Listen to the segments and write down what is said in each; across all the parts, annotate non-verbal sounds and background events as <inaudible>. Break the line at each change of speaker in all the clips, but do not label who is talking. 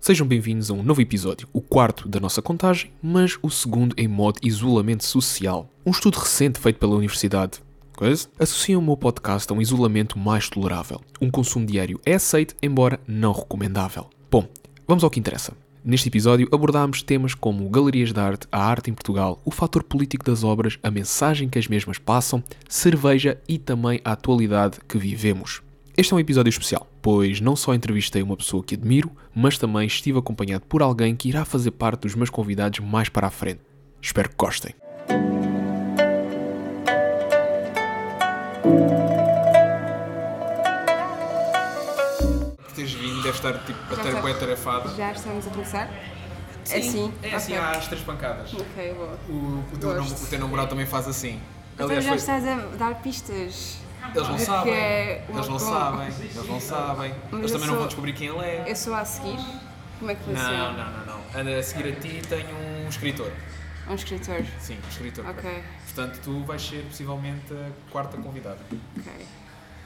Sejam bem-vindos a um novo episódio, o quarto da nossa contagem, mas o segundo em modo isolamento social. Um estudo recente feito pela Universidade coisa, associa o meu podcast a um isolamento mais tolerável. Um consumo diário é aceito, embora não recomendável. Bom, vamos ao que interessa. Neste episódio abordámos temas como galerias de arte, a arte em Portugal, o fator político das obras, a mensagem que as mesmas passam, cerveja e também a atualidade que vivemos. Este é um episódio especial, pois não só entrevistei uma pessoa que admiro, mas também estive acompanhado por alguém que irá fazer parte dos meus convidados mais para a frente. Espero que gostem.
que tens vindo deve estar tipo, a
Já
ter
está.
bué tarefada.
Já estamos a começar? É assim?
É assim,
Ok.
há as três pancadas.
Ok, boa.
O, o teu,
Gosto.
nam- o teu namorado também faz assim.
Então
Aliás,
já
foi-
estás a dar pistas.
eles não
Porque
sabem.
é o
Eles não
outro-
sabem. Eles não sabem. Eles
eu
também não vão
sou-
descobrir quem ele é.
Eu sou a seguir. Como é que
Não,
funciona?
não, não, não. Anda a seguir a ti tem um escritor.
Um escritor.
Sim, um escritor.
Ok,
Portanto, tu vais ser possivelmente a quarta convidada.
ok.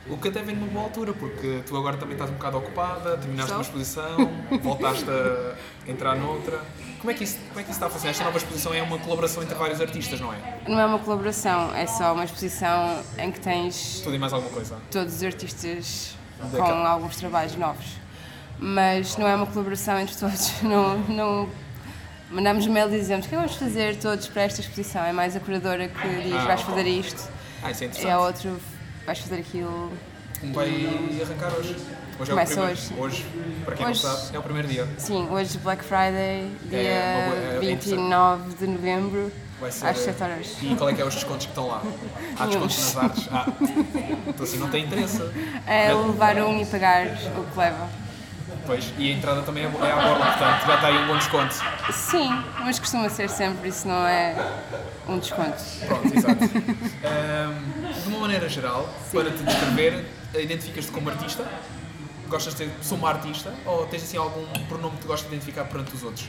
O que até vem numa boa altura, porque tu agora também estás um bocado ocupada, terminaste
Só?
uma
<laughs>
exposição, voltaste a entrar noutra. Como é que isso, como é que isso está a funcionar? Esta nova exposição é uma colaboração entre vários artistas, não é?
Não é uma colaboração, é só uma exposição em que tens
Tudo e mais alguma coisa.
todos os artistas
Onde é
com
que-
alguns trabalhos novos. Mas não é uma colaboração entre todos. <laughs> Não, não mandamos mail e dizemos o que é que vamos fazer todos para esta exposição. É mais a curadora que diz
Ah,
vais
ok.
fazer isto.
Ah, isso é
É
interessante.
outro, vais fazer aquilo.
Vai arrancar hoje. Hoje é o
Começa
primeiro.
hoje.
para quem
Hoje-
não sabe, é o primeiro dia.
Sim, hoje Black Friday, dia
É, uma boa- é, é
29 de novembro,
Vai ser.
às 7 horas.
E qual é que é os descontos que estão lá? Há
Nenhum.
descontos nas artes? Ah, então assim não tem interesse.
É levar um e pagar o que leva.
Pois, e a entrada também é bo- é à borda, portanto já está aí um bom desconto.
Sim, mas costuma ser sempre, isso não é um desconto.
Pronto, exato. Ahm, de uma maneira geral, para te descrever, identificas-te como artista? Gostas de ser, sou uma artista? Ou tens assim algum pronome que te gostas de identificar perante os outros?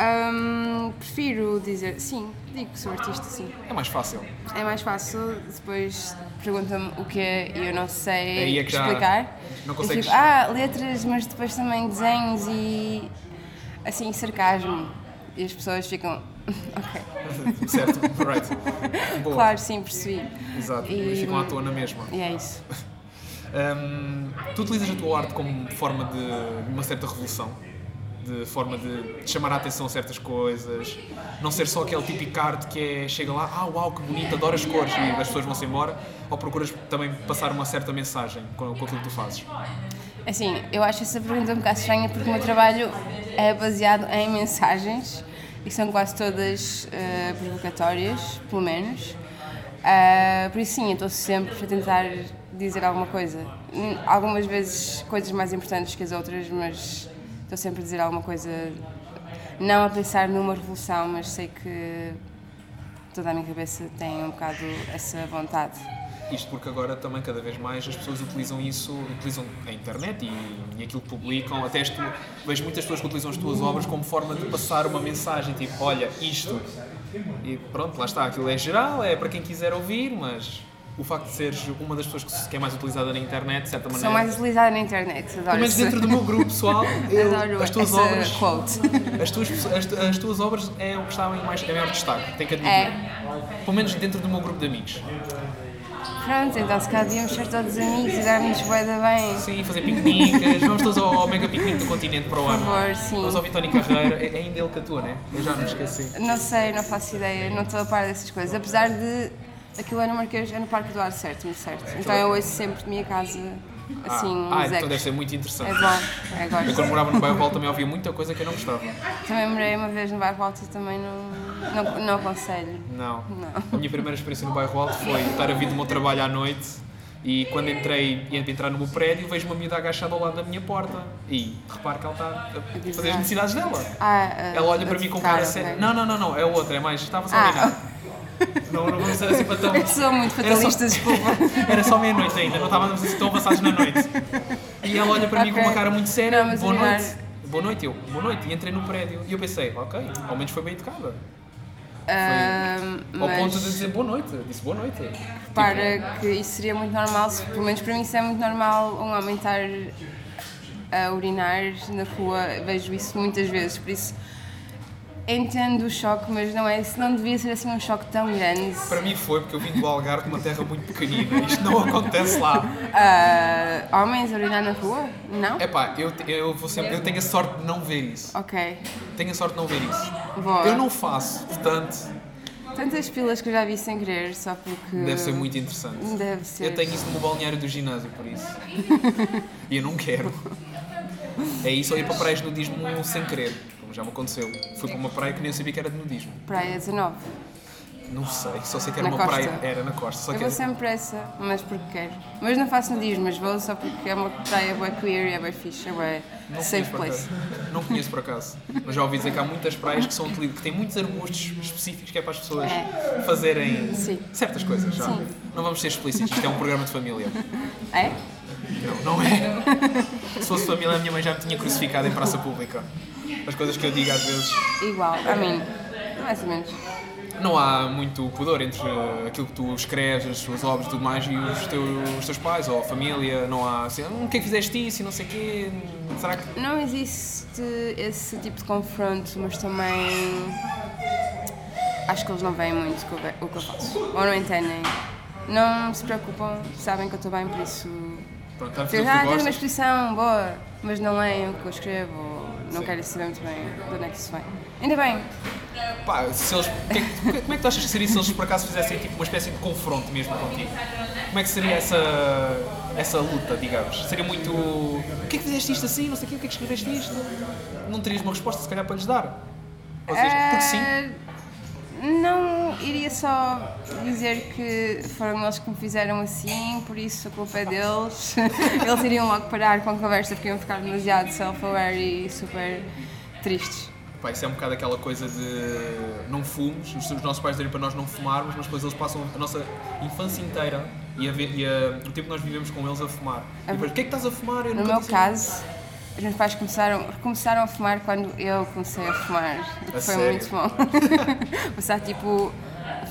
Hum, prefiro dizer sim, digo que sou artista, sim.
É mais fácil.
É mais fácil, depois perguntam-me o que é e eu não
Aí
sei
é que já
explicar.
não
E
consegues-
tipo, ah, letras, mas depois também desenhos e assim, sarcasmo. E as pessoas ficam, <laughs> ok.
<laughs> certo, right. Boa.
Claro, sim, percebi.
Exato, e
E-
ficam à toa na mesma.
E é isso.
Ahm, tu utilizas a tua arte como forma de uma certa revolução, de forma de chamar a atenção a certas coisas, não ser só aquele típico arte que é chega lá, ah uau que bonito, adoro as cores e as pessoas vão-se embora, ou procuras também passar uma certa mensagem com, com aquilo que tu fazes?
Assim, eu acho essa pergunta um bocado estranha porque o meu trabalho é baseado em mensagens e são quase todas eh, provocatórias, pelo menos. Ah, por isso, sim, eu estou sempre a tentar dizer alguma coisa. Hum, Algumas vezes coisas mais importantes que as outras, mas estou sempre a dizer alguma coisa. Não a pensar numa revolução, mas sei que toda a minha cabeça tem um bocado essa vontade.
Isto porque agora também cada vez mais as pessoas utilizam isso, utilizam a internet e, e aquilo que publicam, até tu, vejo muitas pessoas que utilizam as tuas obras como forma de passar uma mensagem, tipo, olha, isto. E pronto, lá está, aquilo é geral, é para quem quiser ouvir, mas o facto de seres uma das pessoas que, se- que é mais utilizada na internet, de certa maneira...
Sou mais utilizada na internet, adoro
Pelo menos
isso.
dentro do meu grupo
<laughs>
pessoal, eu-
Adoro
as tuas
essa
obras...
quote.
As tuas, as, tu- as tuas obras é o que está em mais, é maior destaque, tenho que admitir.
É.
Pelo menos dentro do meu grupo de amigos.
Pronto, então se calhar devíamos ser todos amigos e dar-nos boeda bem.
Sim, fazer piqueniques, vamos todos ao, ao mega piquenique do continente para o
Por
ano.
favor, sim.
Vamos ao Vitória Carreira, é, é ainda ele que atua, né? Eu já me esqueci.
Não sei, não faço ideia, não estou a par dessas coisas. Apesar de aquilo é no Marquês, é no Parque do Ar, certo, muito certo. Então eu ouço sempre de minha casa, assim,
ah, ah,
uns
então deve
ecos.
ser muito
É
interessante.
bom, é
Eu
gosto.
quando morava no bairro Paulo também ouvia muita coisa que eu não gostava.
Também morei uma vez no bairro alto e também não, não, não aconselho.
Não.
Não.
A minha primeira experiência no bairro Alto foi estar a vir do meu trabalho à noite e quando entrei e entrar no meu prédio vejo uma miúda agachada ao lado da minha porta e reparo que ela está a fazer as necessidades dela.
Ah, ah,
Ela olha para mim com cara
ok.
séria. Não, não, não, não, é outra, é mais. Estava só a
Ah.
brincar. Não, não vamos ser assim para tão.
<laughs> Eu sou muito
Era só-
fatalista, desculpa.
<laughs> Era só meia-noite ainda, não estávamos assim tão avançados na noite. E ela olha para mim com uma
Ok.
cara muito séria,
Não, mas
boa
olhar-
noite. Boa noite, eu, boa noite. E entrei no prédio e eu pensei, ok, ao menos foi bem educada.
Ah,
Ao ponto de
mas-
dizer boa noite, disse boa noite.
para que isso seria muito normal, se- pelo menos para mim isso é muito normal um homem estar a urinar na rua, vejo isso muitas vezes, por isso entendo o choque, mas não é, se não devia ser assim um choque tão grande.
Para mim foi, porque eu vim do Algarve, uma terra muito pequenina. Isto não acontece lá.
Ah, homens a urinar na rua? Não?
Epá, eu, te- eu, vou sempre, eu tenho a sorte de não ver isso.
Ok.
Tenho a sorte de não ver isso.
Boa.
Eu não faço, portanto,
Tantas pilas que eu já vi sem querer, só porque.
deve ser muito interessante.
Deve ser.
Eu tenho isso no meu balneário do ginásio, por
<laughs>
isso. e eu não quero. É isso, olhei para praias de nudismo sem querer, como já me aconteceu. Fui para uma praia que nem eu sabia que era de nudismo.
Praia 19.
Não sei, só sei que era
Na
uma
costa.
praia. Era na costa, só
eu
que
vou
era...
sempre para essa, mas porque quero. Mas não faço nudismo, mas vou só porque é uma praia bem queer, é bem fixe, é bem
Não conheço
safe
por
place.
acaso. Não conheço por acaso. Mas já ouvi dizer que há muitas praias que, são, utili- que têm muitos arbustos específicos que é para as pessoas
É.
fazerem
Sim.
certas coisas. Já.
Sim.
Não vamos ser explícitos, isto é um programa de família.
É?
Não, não é.
<laughs>
Se fosse família, a minha mãe já me tinha crucificado em praça pública. As coisas que eu digo às vezes.
Igual, a mim. Mais ou menos.
Não há muito pudor entre eh, aquilo que tu escreves, as tuas obras e tudo mais, e os teus, os teus pais ou a família. Não há assim, "Hum, que é que fizeste isso e não sei o quê. Será que.
Não existe esse tipo de confronto, mas também. Acho que eles não veem muito o que eu ve- o que eu faço. Ou não entendem. Não se preocupam, sabem que eu estou bem, por isso
Pronto, está a fazer
Dizer,
é o que
ah,
tu
tenho uma
gostas.
exposição, boa, mas não é o que eu escrevo, ou não
Sim.
quero saber muito bem de onde é que isso vem. Ainda bem,
Pá, se eles, que- que- como é que tu achas que seria se eles por acaso fizessem tipo uma espécie de confronto mesmo contigo? Como é que seria essa, essa luta, digamos? Seria muito. O que é que fizeste isto assim? Não sei o quê, o que é que escreveste isto? Não terias uma resposta, se calhar, para lhes dar. Ou seja,
Eh,
porque sim.
Não iria só dizer que foram eles que me fizeram assim, por isso a culpa é deles. <laughs> Eles iriam logo parar com a conversa porque iam ficar demasiado self-aware e super tristes.
Pá, isso é um bocado aquela coisa de não fumes, os os nossos pais dizem para nós não fumarmos, mas depois eles passam a nossa infância inteira e, a ve- e a- o tempo que nós vivemos com eles a fumar. E depois, o que é que estás a fumar? Eu
No
nunca
meu
disse-
caso, os meus pais começaram, começaram a fumar quando eu comecei a fumar, o que
A
foi
sério?
muito bom. <laughs> Passar tipo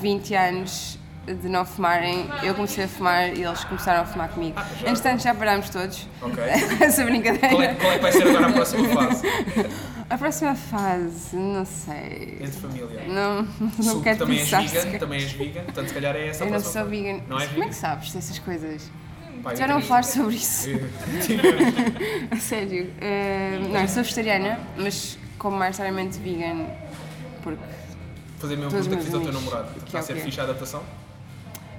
20 anos de não fumarem, eu comecei a fumar e eles começaram a fumar comigo.
Ah, já.
Entretanto, já parámos todos. <laughs>
Ok.
Essa
Qual é,
brincadeira.
qual é que vai ser agora a próxima fase?
A próxima fase, não sei.
Entre família.
<laughs> Não,
Suco
não quero
também és
pensar.
vegan,
sequer.
também és vegan, portanto se calhar é essa a
Eu não
próxima
sou
fase.
vegan.
Não és
Como é que
vegan?
sabes dessas coisas?
Pá, eu
Já não
tenho-
falar sobre
<laughs>
isso. <laughs>
eu-
A sério, eh, não, eu sou vegetariana, mas como maioritariamente vegan, porque
Fazer a mesma
Todos
pergunta que fiz ao teu
meus amigos.
namorado.
Que
Está a
é o
ser
quê?
fixe a adaptação?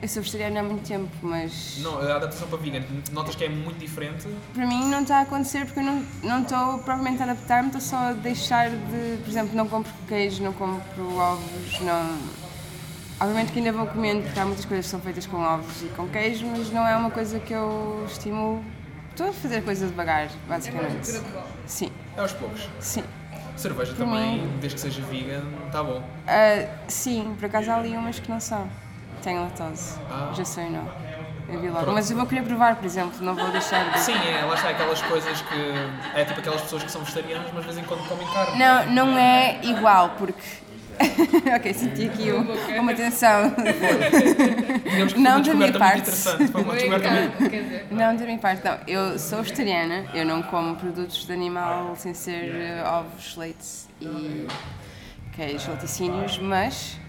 eu sou vegetariana há muito tempo, mas
Não, a adaptação para vegan, notas que é muito diferente.
para mim não está a acontecer porque eu não não estou propriamente a adaptar-me, estou só a deixar de, por exemplo, não compro queijo, não compro ovos, não. Obviamente que ainda vou comendo porque há muitas coisas que são feitas com ovos e com queijo, mas não é uma coisa que eu estimulo. Estou a fazer coisas devagar, basicamente. Sim,
É aos poucos.
sim.
Cerveja
Para
também,
mim.
desde que seja vegan, está bom.
Ah, sim, por acaso há ali umas que não são. Tenho lactose. Já sei, não. Eu vi logo. Mas eu vou querer provar, por exemplo, não vou deixar de.
Sim, é, lá está aquelas coisas que. É tipo aquelas pessoas que são vegetarianas, mas de vez em quando comem carne.
Não, não é igual, porque. <laughs> ok, senti aqui um- uma tensão.
Digamos que
Não,
foi uma descoberta
da minha
muito
parte.
interessante. Foi uma descoberta muito.
Quer dizer,
Não, da minha parte, não. Eu sou vegetariana, eu não como produtos de animal sem ser eh, ovos, leite e queijo, laticínios, mas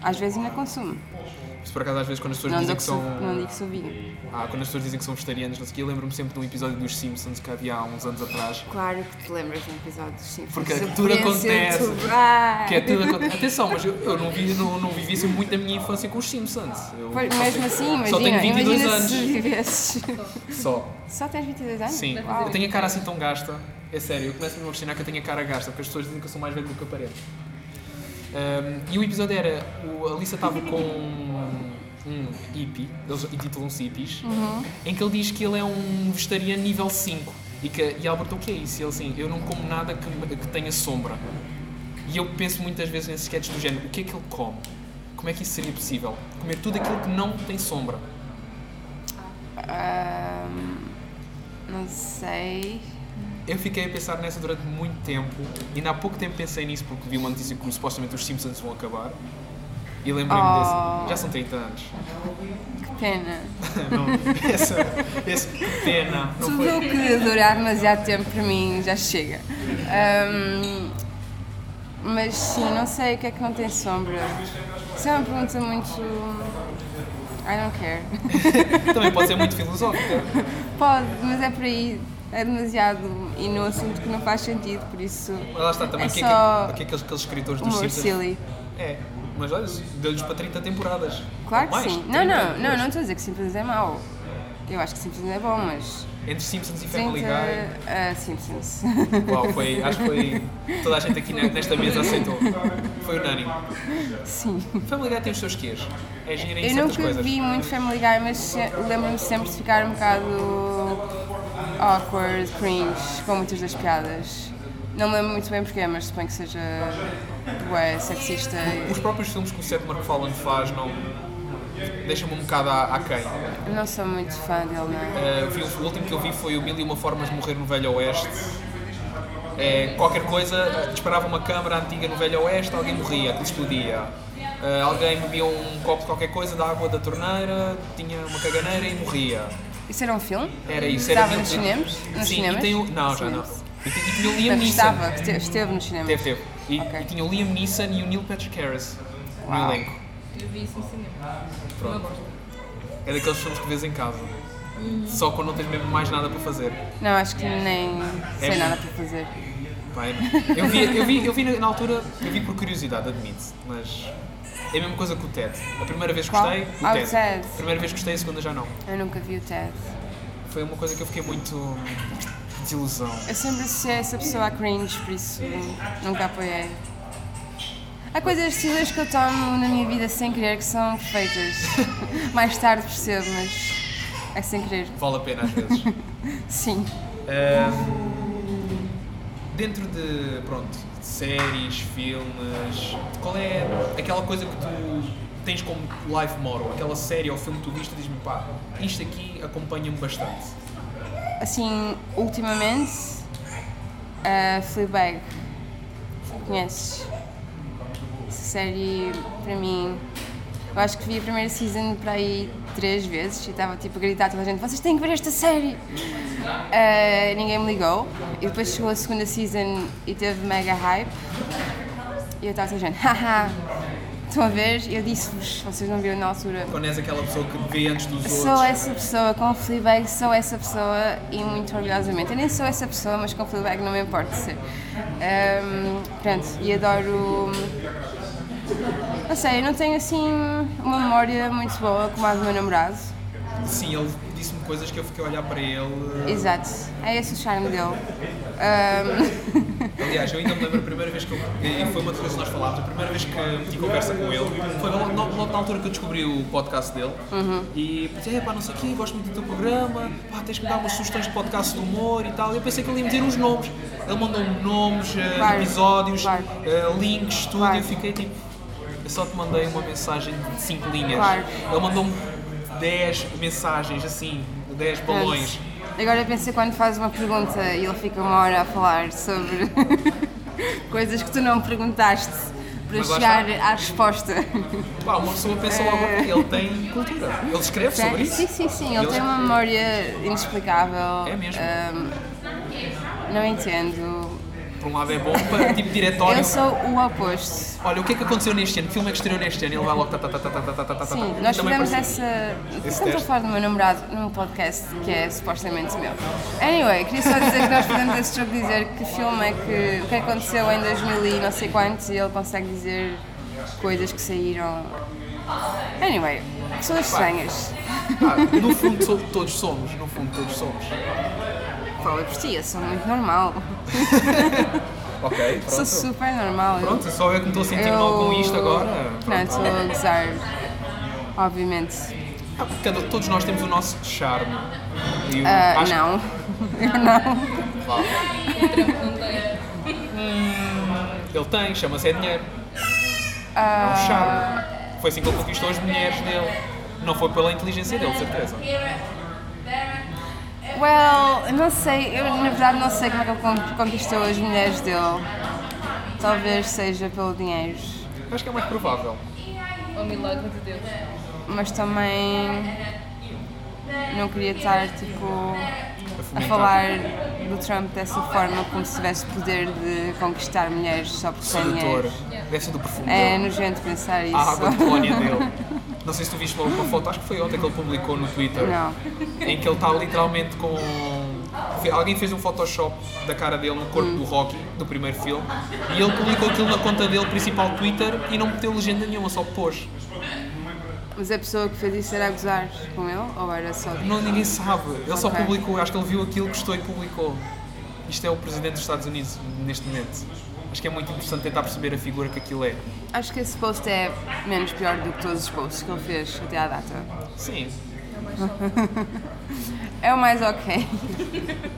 às vezes ainda consumo.
Se por acaso às vezes quando as pessoas
Não
dizem
digo
é que
que sou,
são.
não digo que sou vegan.
Ah, quando as pessoas dizem que são vegetarianas, não sei o quê, eu lembro-me sempre de um episódio dos Simpsons que havia há uns anos atrás.
Claro que te lembras de um episódio dos Simpsons.
Porque tudo acontece. Que é tudo aconte- Atenção, mas eu, eu não, vi, não, não vivi assim muito da minha infância com os Simpsons. Eu
Pois,
só
mesmo
tenho-
assim, imagina,
Só tenho 22
imagina
anos.
se vivesses.
Só.
Só tens 22 anos?
Sim.
Uau.
Eu tenho a cara assim tão gasta. É sério, eu começo mesmo a questionar que eu tenho a cara gasta, porque as pessoas dizem que eu sou mais velho do que eu pareço. Ahm, e o episódio era: o, a Lisa estava com um hippie, eles intitulam-se hippies, em que ele diz que ele é um vegetariano nível 5. E, que, e Albert, o que é isso? E ele assim: eu não como nada que, me- que tenha sombra. E eu penso muitas vezes nesses sketches do género: o que é que ele come? Como é que isso seria possível? Comer tudo aquilo que não tem sombra.
Ahm, não sei.
Eu fiquei a pensar nessa durante muito tempo. Ainda há pouco tempo pensei nisso porque vi uma notícia que supostamente os Simpsons vão acabar. E lembrei-me
Oh.
desse. Já são 30 anos. <laughs>
Que pena.
Não, essa, esse pena não
Tudo
foi.
o que durar demasiado tempo para mim já chega. Ahm, mas sim, não sei o que é que não tem sombra. Isso é uma pergunta muito. I don't care. <laughs>
Também pode ser muito filosófica.
Pode, mas é por aí. É demasiado e no assunto que não faz sentido, por isso. um
Mas lá está também.
É
o que, é
só
que, o que é que aqueles escritores dos
Humor
Simpsons.
silly.
É, mas olha, deu-lhes para 30 temporadas.
Claro que
Mais,
sim.
30,
Não, não, não,
mas
não estou a dizer que Simpsons é mau. Eu acho que Simpsons é bom, mas.
Entre Simpsons e Family
30
Guy.
ah, Simpsons.
Uau, foi, acho que foi. Toda a gente aqui ne- nesta mesa aceitou. Foi unânime.
Sim.
Family Guy tem os seus quês. É gira em
Eu
certas
nunca
coisas.
vi muito Family Guy, mas se- lembro-me sempre de ficar um bocado awkward, cringe, com muitas das piadas. Não me lembro muito bem porquê, mas suponho que seja bué, sexista. e-
Os próprios filmes que o Seth MacFarlane faz não. deixam-me um bocado à, aquém.
Eu não sou muito fã dele, não.
Eh, o filme- o último que eu vi foi o Mil e Uma Formas de Morrer no Velho Oeste. Eh, qualquer coisa, eh, disparava uma câmara antiga no Velho Oeste, alguém morria, aquilo explodia. Eh, alguém bebia um copo de qualquer coisa da água da torneira, tinha uma caganeira e morria.
Isso era um filme?
Era isso, era
Estava
mil-
nos cinemas? Nos
Sim,
cinemas?
e tem o. Não, já não.
Cinemas.
E, ti- e tinha o Liam
Mas
Neeson.
estava, este- esteve nos cinemas.
Teve, teve. E,
Ok.
e tinha o Liam Neeson e o Neil Patrick Harris no
Uau.
elenco.
Eu vi isso no cinema.
Pronto. É daqueles filmes que vês em casa.
Uhum.
Só quando não tens mesmo mais nada para fazer.
Não, acho que nem sei
É.
nada para fazer.
Pai, não. né? eu vi, eu vi, eu vi na, na altura, eu vi por curiosidade, admito, mas é a mesma coisa que o TED. A primeira vez que
Qual?
gostei, o
Ah, o
TED.
TED.
A primeira vez que gostei, a segunda já não.
Eu nunca vi o Ted.
Foi uma coisa que eu fiquei muito hum, desilusão.
Eu sempre associei essa pessoa a cringe, por isso nunca apoiei. Há coisas, decisões que eu tomo na minha vida sem querer que são perfeitas. <laughs> Mais tarde percebo, mas é sem querer.
Vale a pena às vezes.
Sim.
Ahm, dentro de, pronto, séries, filmes, qual é aquela coisa que tu tens como life model? Aquela série ou filme que tu viste e diz-me, pá, isto aqui acompanha-me bastante.
Assim, ultimamente, a Fleabag. Conheces? Essa série, para mim, eu acho que vi a primeira season para aí três vezes e estava tipo a gritar a toda a gente: vocês têm que ver esta série! Ah, ninguém me ligou. E depois chegou a segunda season e teve mega hype. E eu estava toda a gente: haha, estão a ver? Eu disse-vos, vocês não viram na altura.
Quando és aquela pessoa que vê antes dos
Sou
outros.
essa pessoa, com o Fleabag sou essa pessoa e muito orgulhosamente. Eu nem sou essa pessoa, mas com o Fleabag não me importa ser. Ahm, pronto, e adoro... Não sei, eu não tenho assim uma memória muito boa como a do meu namorado.
Sim, ele disse-me coisas que eu fiquei a olhar para ele.
Exato, é esse o charme dele. Ahm,
Aliás, eu ainda me lembro a primeira vez que eu. E foi uma das coisas que nós falámos. A primeira vez que tive conversa com ele foi logo, logo- logo na altura que eu descobri o podcast dele. E pensei, é pá, não sei o quê, gosto muito do teu programa, pá, tens que me dar umas sugestões de podcast de humor e tal. E eu pensei que ele ia me dizer uns nomes. Ele mandou-me nomes, eh,
Claro,
episódios,
claro.
eh, links, tudo.
Claro.
E eu fiquei tipo. Eu só te mandei uma mensagem de 5 linhas.
Claro.
Ele mandou-me 10 mensagens, assim, 10 <laughs> balões.
Pronto. Agora pensa quando faz uma pergunta e ele fica uma hora a falar sobre <laughs> coisas que tu não perguntaste para
Mas lá
chegar à resposta.
Pá, uma pessoa pensa logo que ele tem cultura. Ele escreve sobre isso.
Sim, sim, sim. Ele tem uma memória inexplicável.
É mesmo?
Ahm, não entendo.
Por um lado é bom, para tipo diretório.
Eu sou o oposto.
Olha, o que é que aconteceu neste ano? O filme é que estreou neste ano. Ele vai logo. Tá, tá, tá, tá, tá, tá, tá, tá, tá.
Sim, nós
Também
fizemos
parece-
essa. Estamos a
teste.
falar do meu namorado num podcast que é supostamente meu. Anyway, queria só dizer que nós fizemos esse jogo de dizer que filme é que. o que aconteceu em 2000 e não sei quantos e ele consegue dizer coisas que saíram. Anyway, pessoas estranhas.
Pá, no fundo, so- todos somos. No fundo, todos somos.
Fala por ti, eu sou muito normal.
<laughs> Ok,
Sou
pronto.
super normal. eu-
Pronto, só eu que me estou a sentir mal com isto agora.
Não, estou a gozar, obviamente.
Ah, porque cada- todos nós temos o nosso charme. E o-
Ah,
acho-
não, eu não.
Ele tem, chama-se É Dinheiro.
Ah,
É um charme. Foi assim que ele conquistou as mulheres dele. Não foi pela inteligência dele, de certeza.
Well, não sei, eu na verdade não sei como é que ele con- conquistou as mulheres dele. Talvez seja pelo dinheiro.
Acho que é mais provável.
ao milagre de Deus.
mas também não queria estar tipo a
fomentar.
falar do Trump dessa forma como se tivesse poder de conquistar mulheres só porque tem
Sedutor.
mulheres.
Deve ser do perfume
É
dele.
nojento pensar isso.
A água de colónia dele. Não sei se tu viste logo uma foto, acho que foi ontem que ele publicou no Twitter.
<laughs> Não.
Em que ele está literalmente com. fe- Alguém fez um Photoshop da cara dele no corpo
Hum.
do Rocky, do primeiro filme, e ele publicou aquilo na conta dele principal Twitter e não meteu legenda nenhuma, só pôs.
Mas a pessoa que fez isso era a gozar com ele ou era só.
Não, ninguém sabe. Ele só
Ok.
publicou, acho que ele viu aquilo, gostou e publicou. Isto é o presidente dos Estados Unidos neste momento. Acho que é muito interessante tentar perceber a figura que aquilo é.
Acho que esse post é menos pior do que todos os posts que ele fez até à data.
Sim.
É o mais ok. <laughs>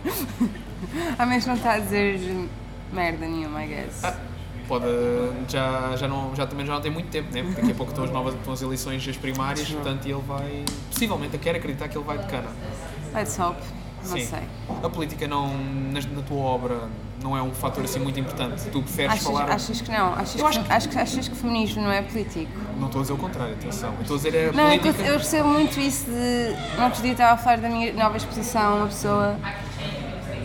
Ao menos não está a dizer merda nenhuma, I guess.
Ah, Pode, já, já, não, já também já não tem muito tempo, né? Porque daqui a pouco estão as novas estão as eleições e as primárias, portanto ele vai. Possivelmente, eu quero acreditar que ele vai de cana.
Let's hope. Não
Sim.
sei.
A política não, nas- na, tua obra não é um fator assim muito importante. Tu preferes
Achas,
falar.
achas que não? Achas
Eu acho
que,
que-
acho que- achas que o feminismo não é político?
Não estou a dizer o contrário, atenção. Eu Estou a dizer é a
Não, é que eu,
política.
eu percebo muito isso de. Não outro dia estava a falar da minha nova exposição, a uma pessoa,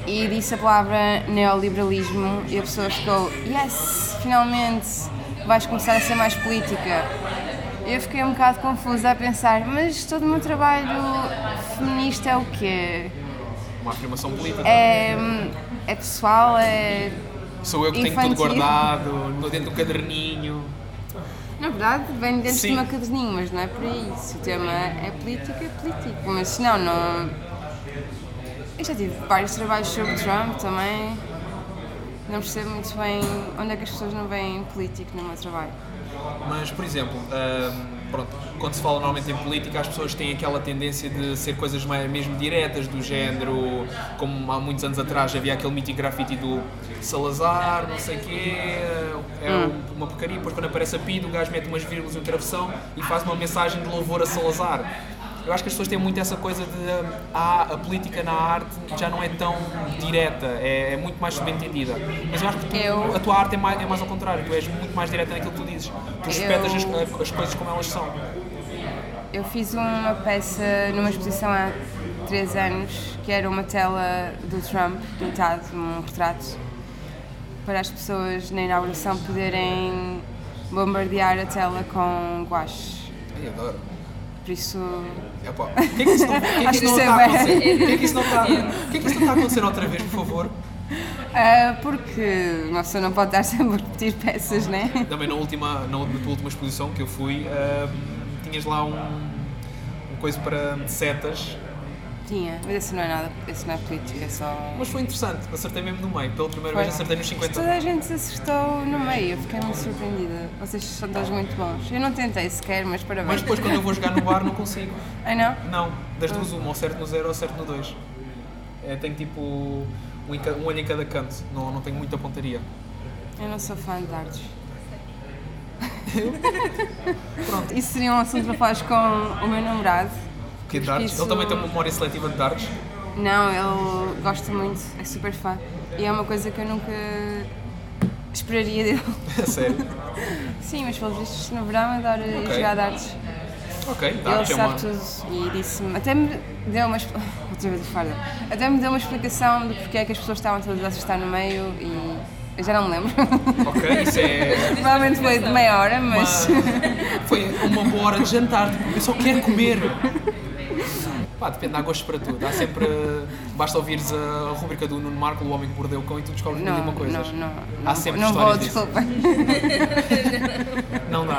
e disse a palavra neoliberalismo, e a pessoa ficou, yes, finalmente vais começar a ser mais política. Eu fiquei um bocado confusa a pensar, mas todo o meu trabalho feminista é o quê?
Uma afirmação política.
É, é pessoal? É.
Sou eu que tenho
infantil.
tudo guardado, dentro do caderninho.
Na verdade, vem dentro
Sim.
de uma caderninha, mas não é para isso. O tema é política, é político. Mas se não, não. Eu já tive vários trabalhos sobre Trump também. Não percebo muito bem onde é que as pessoas não veem político no meu trabalho.
Mas, por exemplo, ahm, pronto, quando se fala normalmente em política, as pessoas têm aquela tendência de ser coisas mais, mesmo diretas, do género, como há muitos anos atrás havia aquele mítico grafite do Salazar, não sei o quê, é um- uma porcaria, depois quando aparece a PID, o gajo mete umas vírgulas e um travessão e faz uma mensagem de louvor a Salazar. Eu acho que as pessoas têm muito essa coisa de ahm, ah, a política na arte já não é tão direta, é, é muito mais subentendida. Mas eu acho que tu-
Eu-
a tua arte é mais, é mais ao contrário, tu és muito mais direta naquilo que tu dizes. Tu espetas as, a- as coisas como elas são.
Eu fiz uma peça numa exposição há três anos, que era uma tela do Trump, pintado, um retrato, para as pessoas na inauguração poderem bombardear a tela com guache.
Ai, adoro.
Por isso,
Epá, O que é que isso não- o que é que
Acho
isso
que
não
isso é
está a
bem.
acontecer? O que é que isso não
<laughs>
está- o que é que isso não está a acontecer outra vez, por favor?
Ah, porque uma pessoa não pode estar sempre a repetir peças, né?
Também na, última, na, na tua última exposição que eu fui, ah, tinhas lá um, um coisa para setas,
Tinha, mas isso não é nada, isso não é política, é só.
mas foi interessante, acertei mesmo no meio. Pela primeira vez
Foi.
acertei nos 50.
Toda a gente se acertou no meio, eu fiquei muito surpreendida. Vocês são todos muito bons. Eu não tentei sequer, mas
Mas
parabéns.
depois quando eu vou jogar no bar não consigo.
Ai não?
Não, das duas uma, ou certo no zero ou certo no dois. É, tenho tipo um, em ca- um olho em cada canto, não, não tenho muita pontaria.
Eu não sou fã de artes. Pronto, isso seria um assunto para falar com o meu namorado.
Que
Porque
dardos?
isso-
Ele também tem uma memória seletiva de dardos.
Não, ele gosta muito, é super fã. E é uma coisa que eu nunca esperaria dele.
A sério.
Sim, mas pelos vistos no verão adoro
Ok.
jogar darts.
Ok,
Ele
dardos é uma.
sabe tudo e disse-me, até me deu uma expl- <laughs> outra vez a farda. até me deu uma explicação de porque é que as pessoas estavam todas a assustar no meio e eu já não me lembro.
Ok, isso é.
<laughs> Provavelmente foi de meia hora, mas
Uma... Foi uma boa hora de jantar, tipo, eu só quero comer. Pá, depende, há gostos para tudo. Há sempre. Basta ouvires a rubrica do Nuno Marco, o homem que mordeu o cão, e tu descobres mil e
<laughs> não,
uma
não,
coisas.
não,
Há
não,
sempre
não vou,
histórias disso.
desculpa.
Não dá.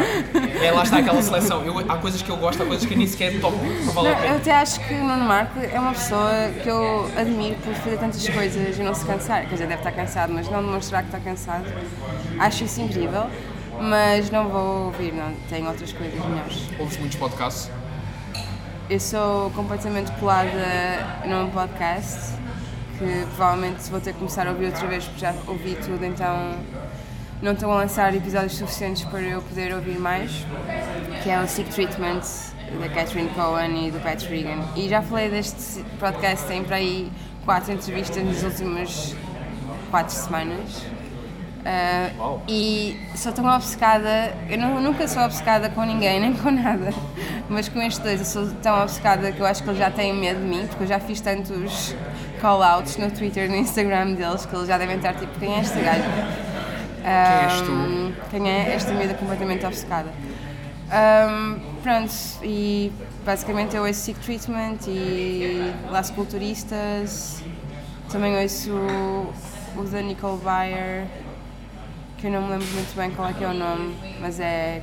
É, lá está aquela seleção. Eu, há coisas que eu gosto, há coisas que nem sequer topo. Não vale a
Não,
pena.
eu até acho que o Nuno Marco é uma pessoa que eu admiro por fazer tantas coisas e não se cansar. Quer dizer, deve estar cansado, mas não demonstrar que está cansado. Acho isso incrível, mas não vou ouvir, não. Tenho outras coisas melhores.
Ouves muitos podcasts.
Eu sou completamente pelada num podcast que provavelmente vou ter que começar a ouvir outra vez porque já ouvi tudo, então não estão a lançar episódios suficientes para eu poder ouvir mais, que é o Sick Treatment da Catherine Cohen e do Pat Regan. E já falei deste podcast, tem para aí quatro entrevistas nas últimas quatro semanas. Ah,
Uau.
E sou tão obcecada, eu nu- nunca sou obcecada com ninguém, <laughs> nem com nada, mas com estes dois eu sou tão obcecada que eu acho que eles já têm medo de mim, porque eu já fiz tantos call-outs no Twitter, no Instagram deles, que eles já devem estar tipo: quem é esta gaja?
Quem és tu?
Ahm, Quem é esta miúda completamente obcecada? Ahm, pronto, e basicamente eu ouço Sick Treatment e Las Culturistas, também ouço o da Nicole Byer, que eu não me lembro muito bem qual é que é o nome, mas é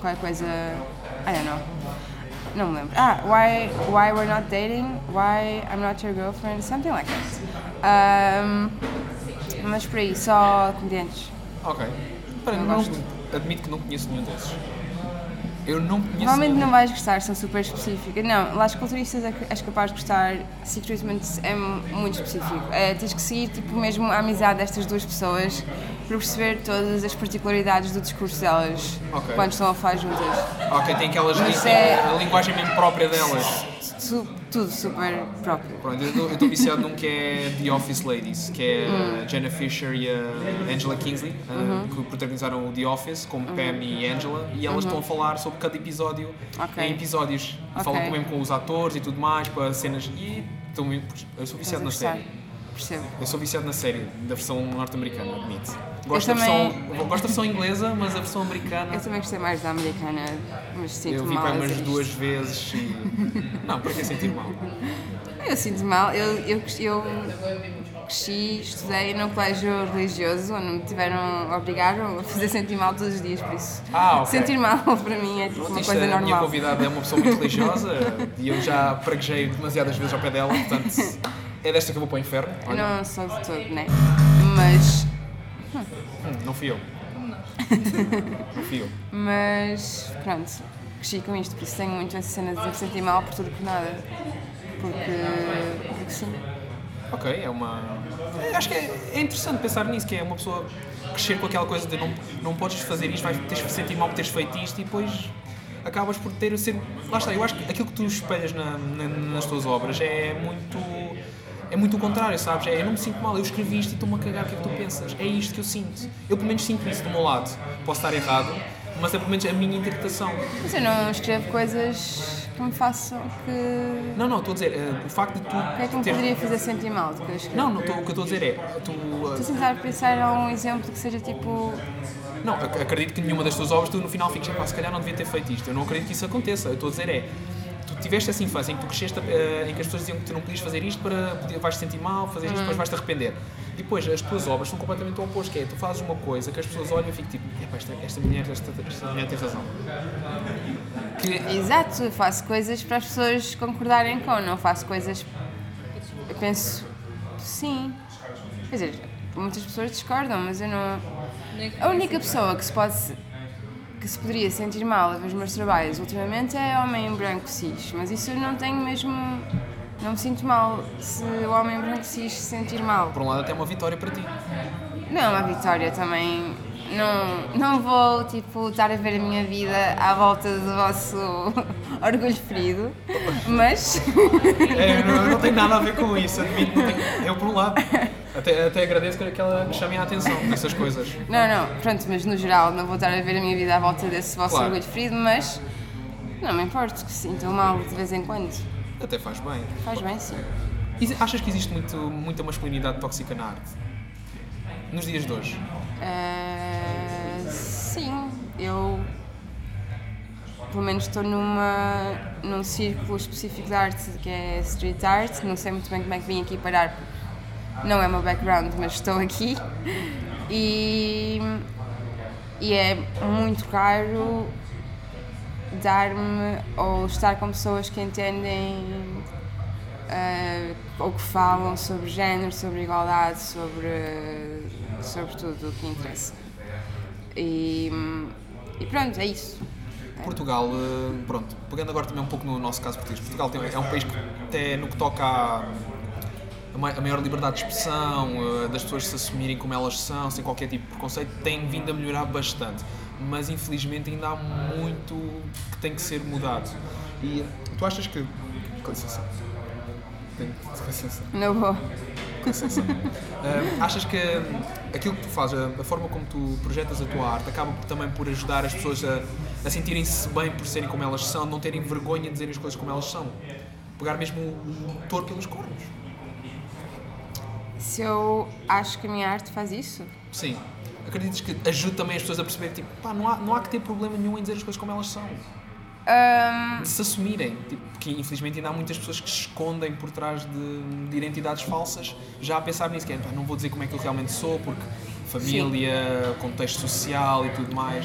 qualquer coisa. I don't know. Não me lembro. Ah, why, why We're Not Dating, Why I'm Not Your Girlfriend, something like that. Ahm, mas por aí, só comediantes.
Ok. Espera,
Eu
não-
gosto.
admito que não conheço nenhum desses. Eu não conheço
Provavelmente
nenhum.
não vais gostar, são super específicas. Não, lá os culturistas é que és capaz de gostar, Sick Treatment é mu- muito específico. É, tens que seguir tipo, mesmo a amizade destas duas pessoas para perceber todas as particularidades do discurso delas
Ok.
quando estão a falar juntas.
Ok, tem aquelas
Mas
línguas,
é-
a linguagem mesmo própria delas.
Su- tudo super próprio.
Pronto, eu estou viciado num que é The Office Ladies, que é a
Hum.
Jenna Fisher e a Angela Kingsley, eh,
Uhum.
que protagonizaram o The Office, como Pam e Angela, e elas estão a falar sobre cada episódio
Uhum. Ok.
em episódios. E
Ok.
Falam com- mesmo com os atores e tudo mais, para cenas. E estão mesmo- eu sou
Estás a
viciado na
gostar.
é série.
Percebo.
Eu sou viciado na série, da versão norte-americana, admito. Gosto, da
também-
versão, gosto da versão inglesa, mas a versão americana.
Eu também gostei mais da americana, mas sinto
Eu vi
mal.
para
a
umas
dizer
duas
isto.
vezes
<laughs>
e. Não, para que sentir mal?
Eu sinto mal. Eu, eu, cres- eu cresci, estudei num colégio religioso onde me tiveram obrigaram a fazer sentir mal todos os dias, por isso.
Ah, ok.
Sentir mal <laughs> para mim é tipo uma
Isto,
coisa
a minha
normal.
convidada é uma pessoa muito religiosa e eu já praguejei demasiadas vezes ao pé dela, portanto é desta que eu vou para o inferno.
Eu
Olha,
não sou de todo, né? Mas.
hum, não fui eu. Não fui eu.
Mas. Pronto. Cresci com isto, por isso tenho muito essa cena de me sentir mal por tudo e por nada. Porque. Porque sim.
Ok, é uma. é, Acho que é, é interessante pensar nisso, que é uma pessoa crescer com aquela coisa de não, não podes fazer isto, vais teres de sentir mal por teres feito isto e depois acabas por ter a ser. Lá está, eu acho que aquilo que tu espelhas na- na- nas tuas obras é muito. É muito o contrário, sabes? É, eu não me sinto mal, eu escrevi isto e estou-me a cagar, o que é que tu pensas? É isto que eu sinto. Eu pelo menos sinto isso do meu lado. Posso estar errado, mas é pelo menos a minha interpretação.
Mas eu não escrevo coisas que me façam que.
Não, não, estou a dizer, eh, o facto de tu.
O que é que me
ter-
poderia fazer sentir mal do que eu escrevo?
Não, não, tô- o que eu estou a dizer é. Tu, eh,
Estou a tentar pensar em algum exemplo que seja tipo.
Não, ac- acredito que nenhuma das tuas obras tu no final fiques, "Epá, se calhar não devia ter feito isto. Eu não acredito que isso aconteça. Eu estou a dizer é, tu tiveste essa infância em que tu cresceste, eh, em que as pessoas diziam que tu não podias fazer isto para poder- vais te sentir mal, fazer isto, depois vais te arrepender. Depois as tuas obras são completamente o oposto, que é tu fazes uma coisa que as pessoas olham e ficam tipo, "Epá, esta, esta mulher, esta, esta mulher tem razão. Que,
Exato, eu faço coisas para as pessoas concordarem com, não faço coisas. Eu penso. Sim. Quer dizer, muitas pessoas discordam, mas eu não. A única pessoa que se pode. que se poderia sentir mal a ver os meus trabalhos ultimamente é homem branco cis, mas isso eu não tenho mesmo. Não me sinto mal se o homem branco cis se sentir mal.
por um lado até é uma vitória para ti.
Não é uma vitória também. Não, não vou tipo, estar a ver a minha vida à volta do vosso <laughs> orgulho ferido, mas
É, não, não tem nada a ver com isso, admito. não tem- Eu por um lado. Até, até agradeço que que ela me chame a atenção nessas coisas.
não, não, pronto, mas no geral não vou estar a ver a minha vida à volta desse vosso
Claro.
orgulho ferido, mas não me importo que sinto mal de vez em quando.
Até faz bem.
Faz bem sim.
E Achas que existe muito, muita masculinidade tóxica na arte? Nos dias de hoje?
Ah, sim, eu pelo menos estou numa num círculo específico da arte que é street art. Não sei muito bem como é que vim aqui parar. Não é o meu background, mas estou aqui e e é muito raro dar-me ou estar com pessoas que entendem ah, ou que falam sobre género, sobre igualdade, sobre, sobre tudo o que interessa. E, e pronto, é isso.
Portugal, eh, pronto, pegando agora também um pouco no nosso caso português, Portugal tem- é um país que, até no que toca à a ma- a maior liberdade de expressão, eh, das pessoas se assumirem como elas são, sem qualquer tipo de preconceito, tem vindo a melhorar bastante. Mas infelizmente ainda há muito que tem que ser mudado. E tu achas que. Com licença. Tenho- Com licença.
Na boa.
com certeza. Ah, achas que hum, aquilo que tu fazes, a, a forma como tu projetas a tua arte, acaba por- também por ajudar as pessoas a, a sentirem-se bem por serem como elas são, não terem vergonha de dizerem as coisas como elas são? Pegar mesmo o touro pelos cornos?
Se eu acho que a minha arte faz isso,
Sim. Acreditas que ajude também as pessoas a perceber tipo, pá, não há, não há que ter problema nenhum em dizer as coisas como elas são. De se assumirem. Tipo, que infelizmente ainda há muitas pessoas que se escondem por trás de, de identidades falsas, já a pensar nisso, que é, pá, não vou dizer como é que eu realmente sou, porque família, contexto social e tudo mais.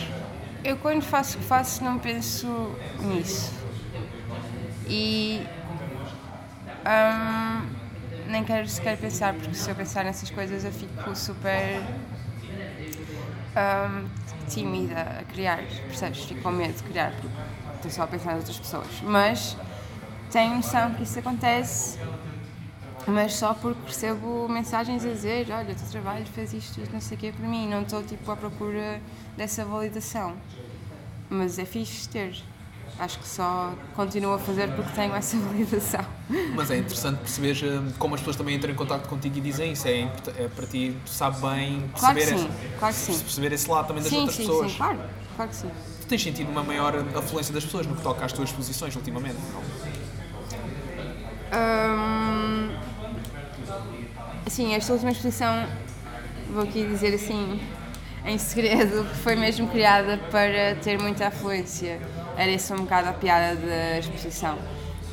eu quando faço o que faço não penso nisso. E hum, nem quero sequer pensar, porque se eu pensar nessas coisas eu fico super hum, tímida a criar, percebes? Fico com medo de criar, porque estou só a pensar nas outras pessoas. Mas tenho noção que isso acontece mas só porque recebo mensagens a dizer, olha, o teu trabalho fez isto, não sei o quê para mim, não estou tipo à procura dessa validação. Mas é fixe ter. Acho que só continuo a fazer porque tenho essa <laughs> validação.
Mas é interessante perceber hum, como as pessoas também entram em contato contigo e dizem isso. É, import- é para ti, tu sabe bem
Claro que
perceber,
sim,
esse,
claro que sim.
perceber esse lado também das
Sim,
outras
sim,
pessoas.
sim, claro, claro que sim.
Tu tens sentido uma maior afluência das pessoas no que toca às tuas exposições ultimamente? não?
Hum, assim, esta última exposição, vou aqui dizer assim, em segredo, que foi mesmo criada para ter muita afluência. Era essa um bocado a piada da exposição.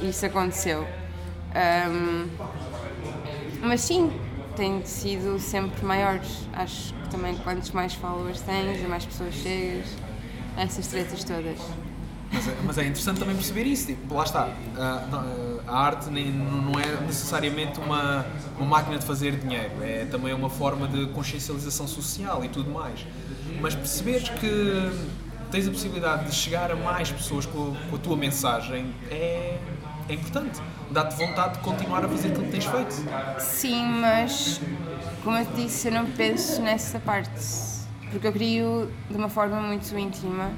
E isso aconteceu. Hum, mas sim, tem sido sempre maiores. Acho que também quantos mais followers tens e mais pessoas chegas, essas tretas todas.
Mas é, mas é interessante também perceber isso. Tipo, lá está. A, não- a arte nem, não é necessariamente uma, uma máquina de fazer dinheiro. É também uma forma de consciencialização social e tudo mais. Mas perceberes que tens a possibilidade de chegar a mais pessoas com, com a tua mensagem é, é importante. Dá-te vontade de continuar a fazer aquilo que tens feito.
Sim, mas como eu te disse, eu não penso nessa parte. Porque eu crio de uma forma muito íntima.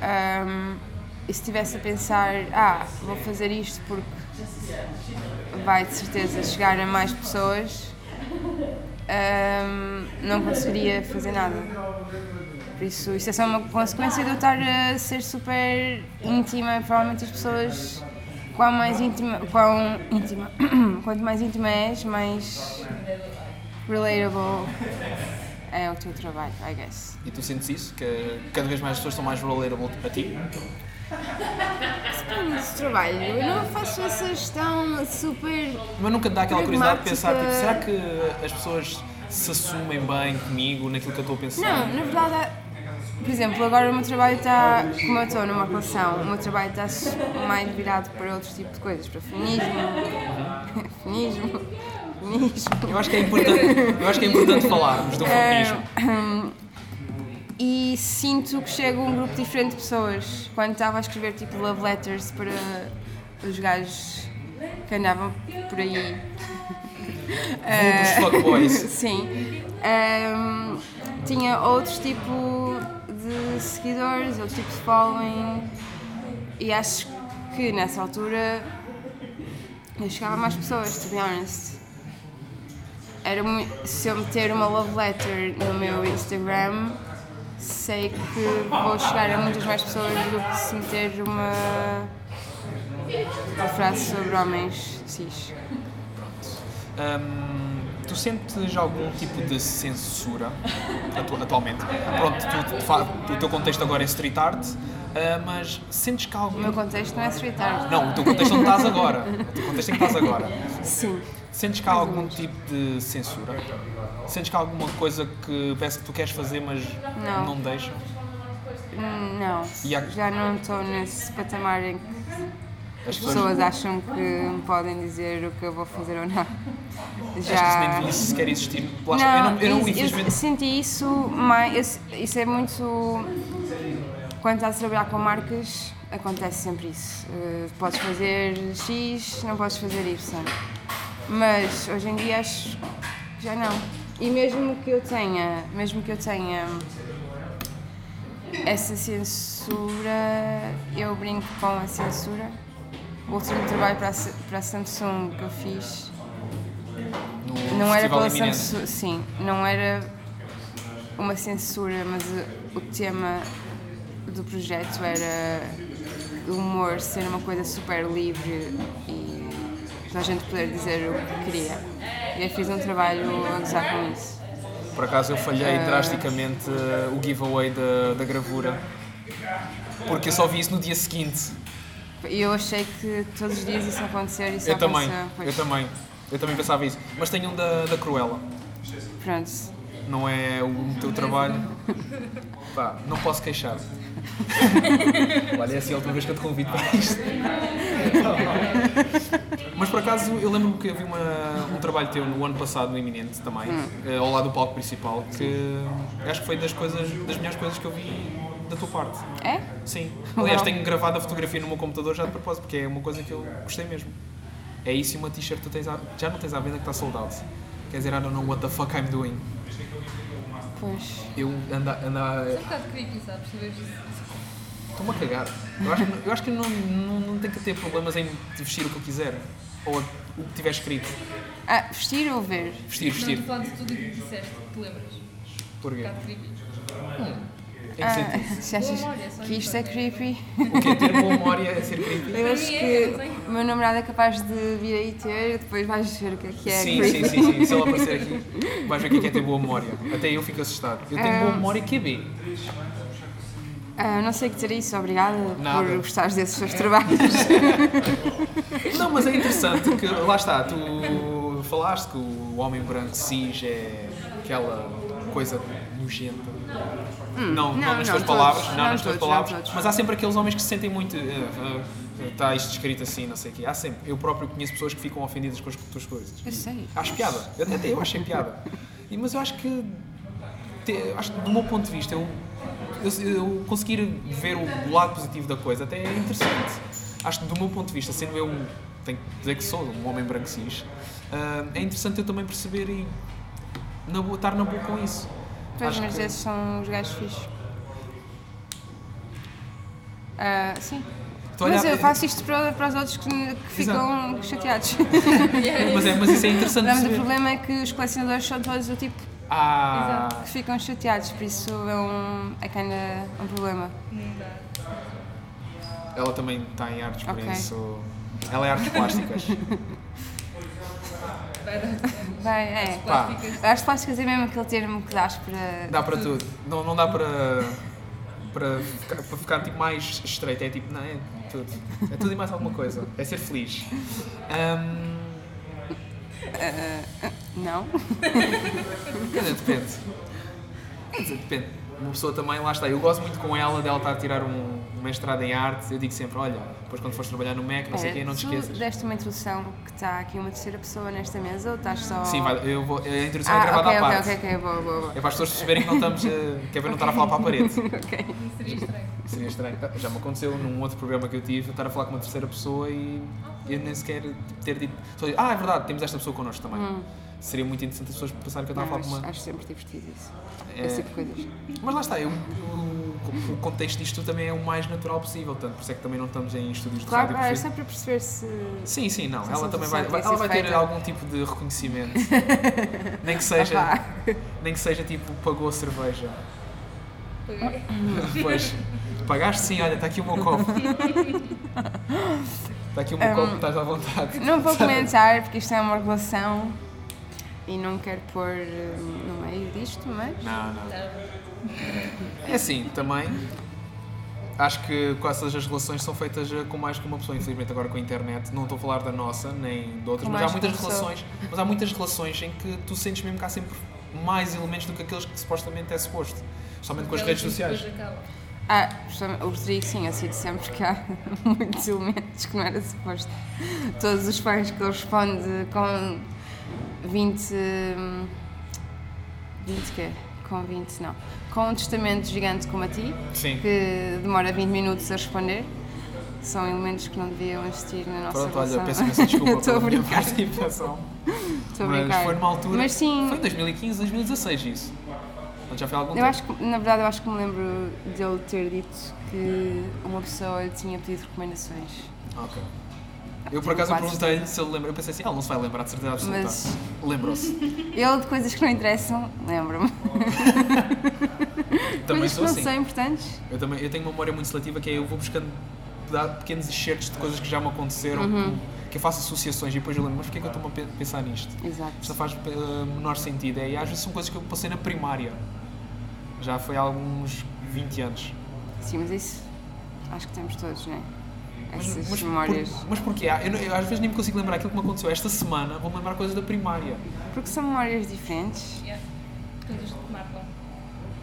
Ahm, e se estivesse a pensar, ah, vou fazer isto porque vai de certeza chegar a mais pessoas, ahm, não conseguiria fazer nada. Por isso, isto é só uma consequência de eu estar a ser super íntima. Provavelmente as pessoas, quão mais íntima, quão íntima, <coughs> quanto mais íntima és, mais relatable é o teu trabalho, I guess.
E tu sentes isso? Que cada vez mais as pessoas são mais relatable a ti?
Depende do trabalho. Eu não faço essa gestão super.
Mas nunca te dá aquela curiosidade de pensar, tipo, será
Pragmática.
que as pessoas se assumem bem comigo naquilo que eu estou a pensar?
Não, na verdade. há- Por exemplo, agora o meu trabalho está. Como eu estou numa relação, o meu trabalho está su- mais virado para outro tipo de coisas, para feminismo. <laughs> feminismo. Feminismo.
Eu acho que é importante, eu acho que é importante falarmos do
É.
feminismo.
E sinto que chego a um grupo diferente de pessoas. Quando estava a escrever tipo love letters para os gajos que andavam por aí É.
Os fuckboys.
Sim. Ahm, tinha outro tipo de seguidores, outro tipo de following. E acho que nessa altura eu chegava a mais pessoas, to be honest. Era mui- se eu meter uma love letter no meu Instagram, sei que vou chegar a muitas mais pessoas do que se meter uma, uma frase sobre homens cis.
Hum, tu sentes algum tipo de censura atu- atualmente? Pronto, tu- tu fa- o teu contexto agora é street art, ah, mas sentes que há
O
algum...
meu contexto não é street art.
Não, o teu contexto onde estás agora. O teu contexto em que estás agora.
Sim.
Sentes que há algum tipo de censura? Sentes que há alguma coisa que parece que tu queres fazer, mas
Não.
não deixa?
Hum, Não,
E há-
já não estou nesse patamar em que
As
as pessoas acham que me podem dizer o que eu vou fazer ou não.
Acho que isso nem
Já.
devia sequer existir. Lá está, eu
Não,
não, eu não,
isso- eu
infelizmente,
senti isso, mas eu se- isso é muito. Quando estás a trabalhar com marcas, acontece sempre isso. Eh, podes fazer X, não podes fazer Y. Mas hoje em dia acho que já não. E mesmo que eu tenha, mesmo que eu tenha essa censura, eu brinco com a censura. O último trabalho para a, Sa- para a Samsung que eu fiz
no
Não era
festival
pela
iminente.
censura, sim, não era uma censura, mas uh, o tema do projeto era o humor ser uma coisa super livre e toda a gente poder dizer o que queria. E eu fiz um trabalho a gozar com isso.
Por acaso eu falhei
Ah.
drasticamente eh, o giveaway da, da gravura. Porque eu só vi isso no dia seguinte.
E eu achei que todos os dias isso ia acontecer e só
Eu também,
aconteceu.
eu
Pois,
também. Eu também pensava isso. Mas tem um da, da Cruella.
Pronto.
Não é o teu trabalho. Pá, não posso queixar. Olha, é assim a última vez que eu te convido para isto. Mas por acaso, eu lembro-me que havia uma- um trabalho teu no ano passado, no Iminente também, eh, ao lado do palco principal, que acho que foi das, coisas, das melhores coisas que eu vi da tua parte.
É?
Sim. Aliás,
Uau.
tenho gravado a fotografia no meu computador já de propósito, porque é uma coisa que eu gostei mesmo. É isso e uma t-shirt que tu tens à- já não tens à venda que está sold out. Quer dizer, I don't know what the fuck I'm doing.
Pois.
Eu ando, a- ando a-
É um bocado creepy, sabes? Tu vês isso.
Estou-me a cagar. Eu acho que, eu acho que não, não, não tenho que ter problemas em vestir o que eu quiser. Ou o que tiver escrito.
Ah, vestir ou ver?
Vestir,
Não, estou
vestir.
falando de tudo o que disseste, que te lembras. Um
Porquê?
bocado creepy.
Em que
<laughs> Ah,
sentido?
se achas
Boa memória, só
que isto é creepy?
O que é ter boa memória é ser creepy?
Eu acho
mim é,
que
eu não sei.
o meu namorado é capaz de vir aí ter e depois vais ver o que é que é
sim,
creepy.
sim, sim, sim. Se ela aparecer aqui, vais ver o que é que é ter boa memória. Até eu fico assustado. Eu tenho boa memória que é B.
Ah, não sei o que dizer a isso, obrigada
Nada.
por gostares desses teus trabalhos.
<laughs> Não, mas é interessante que lá está, tu falaste que o homem branco cis é aquela coisa nojenta. não, não,
Hum, não,
nas
não,
tuas
todos,
palavras, não,
não
nas tuas
todos, não
palavras,
todos.
mas há sempre aqueles homens que se sentem muito. eh, Está isto escrito assim, não sei o quê. Há sempre. Eu próprio conheço pessoas que ficam ofendidas com as tuas coisas.
Eu sei.
Acho piada. Eu até- até eu achei piada. E, mas eu acho que, te- acho que do meu ponto de vista, é um eu, eu, eu conseguir ver o lado positivo da coisa até é interessante. Acho que do meu ponto de vista, sendo eu, um, tenho que dizer que sou um homem branco cis, ah, é interessante eu também perceber e na boa- estar na boa com isso.
Pois,
Acho
mas
que-
esses são os gajos fixos. Ah, sim.
Estou a
Mas
olhar
eu
para-
faço isto para, para os outros que, que ficam chateados.
mas, é, mas isso é
<laughs>
interessante
Mas o
perceber.
problema é que os colecionadores são todos do tipo
Ah,
que ficam chateados, por isso é um, é kinda um problema.
ela também está em artes, por
Ok.
isso... Ela é artes
<laughs>
plásticas.
Vai dar
Vai, é.
Pá,
As plásticas é mesmo aquele termo que dás para.
Dá para tudo. Não, não dá para. Para ficar, para ficar tipo, mais estreito, é tipo, não, é tudo. É tudo e mais alguma coisa. É ser feliz. Ahm,
Não?
quer dizer, depende. Quer dizer, depende. Uma pessoa também, lá está. Eu gosto muito com ela, dela estar a tirar um, um mestrado em arte. Eu digo sempre: olha, depois quando fores trabalhar no MEC, não sei o quê, não te
tu
esqueças.
deste uma introdução que está aqui uma terceira pessoa nesta mesa ou estás só.
Sim, vai, eu vou, a introdução é
Ah,
gravada
ok,
à
ok,
parte.
ok, ok, boa, boa, boa.
É para as pessoas perceberem que não estamos. eh, que é para não estar a falar para a parede.
<laughs>
Não seria estranho.
Seria estranho. Ah, Já me aconteceu num outro programa que eu tive, eu estar a falar com uma terceira pessoa e eu nem sequer tipo, ter dito. só dizer, ah, é verdade, temos esta pessoa connosco também. Seria muito interessante as pessoas pensarem que eu
Hum. Não,
estava a falar
acho,
com uma.
acho sempre divertido isso.
É.
Esse tipo de coisas.
Mas lá está, eu- o, o contexto disto também é o mais natural possível, tanto por isso é que também não estamos em estúdios de
Claro,
rádio.
é
perfeito.
só para perceber se.
Sim, sim, não.
Sim,
Ela
sim,
também
sim,
vai,
sim,
vai-
sim,
ela
sim,
vai
feita.
ter algum tipo de reconhecimento. nem que seja,
Opa.
nem que seja tipo pagou a cerveja.
Paguei.
Depois, pagaste sim, olha, está aqui o meu
<laughs>
copo. Está aqui o
É
meu
um
copo, estás à vontade. <laughs>
Não vou comentar porque isto é uma relação e não quero pôr eh, no meio disto, mas.
Não, não. É assim, também. Acho que quase todas as relações são feitas eh, com mais que uma pessoa, infelizmente agora com a internet. Não estou a falar da nossa, nem de outras,
Com
mas há
mais que
muitas
uma pessoa.
relações. Mas há muitas relações em que tu sentes mesmo que há sempre mais elementos do que aqueles que supostamente é suposto. Somente com as redes sociais.
Depois acaba.
Ah, justamente, o Rodrigo, sim, eu sinto sempre que há <laughs> muitos elementos que não era suposto. Todos os fãs que ele responde com 20. hum, 20 quê? Com 20, não. Com um testamento gigante como a ti,
Sim.
que demora 20 minutos a responder. São elementos que não deviam existir na nossa
Pronto, olha,
relação.
peço imensa
<laughs>
desculpa
Eu estou a
pela minha
brincar,
participação.
estou a
Mas
brincar.
foi numa altura.
Mas sim,
Foi em 2015, 2016 isso. Portanto, já foi há algum
Eu
tempo.
acho que, na verdade, eu acho que me lembro dele ter dito que uma pessoa lhe tinha pedido recomendações.
Ah, ok. Eu por acaso eu
Quase.
perguntei-lhe se ele lembra. Eu pensei assim, ah, ele não se vai lembrar de certeza absoluta.
Mas-
Lembrou-se.
Eu de coisas que não interessam, lembro-me.
Também
coisas que
sou
não
assim.
são importantes.
Eu, também, eu tenho uma memória muito seletiva que é eu vou buscando dar pequenos excertos de coisas que já me aconteceram,
Uhum.
que, que eu faço associações e depois eu lembro, mas porquê é que eu estou a pe- pensar nisto? Isto
Exato.
não faz eh, menor sentido. É, e às vezes são coisas que eu passei na primária. Já foi há alguns 20 anos.
Sim, mas isso acho que temos todos, não é?
Mas-
Essas
mas por-
memórias.
mas porquê? Ah, Eu, não- eu às vezes nem me consigo lembrar aquilo que me aconteceu. Esta semana vou lembrar coisas da primária.
Porque são memórias
é
diferentes.
Yeah. Coisas que te marcam.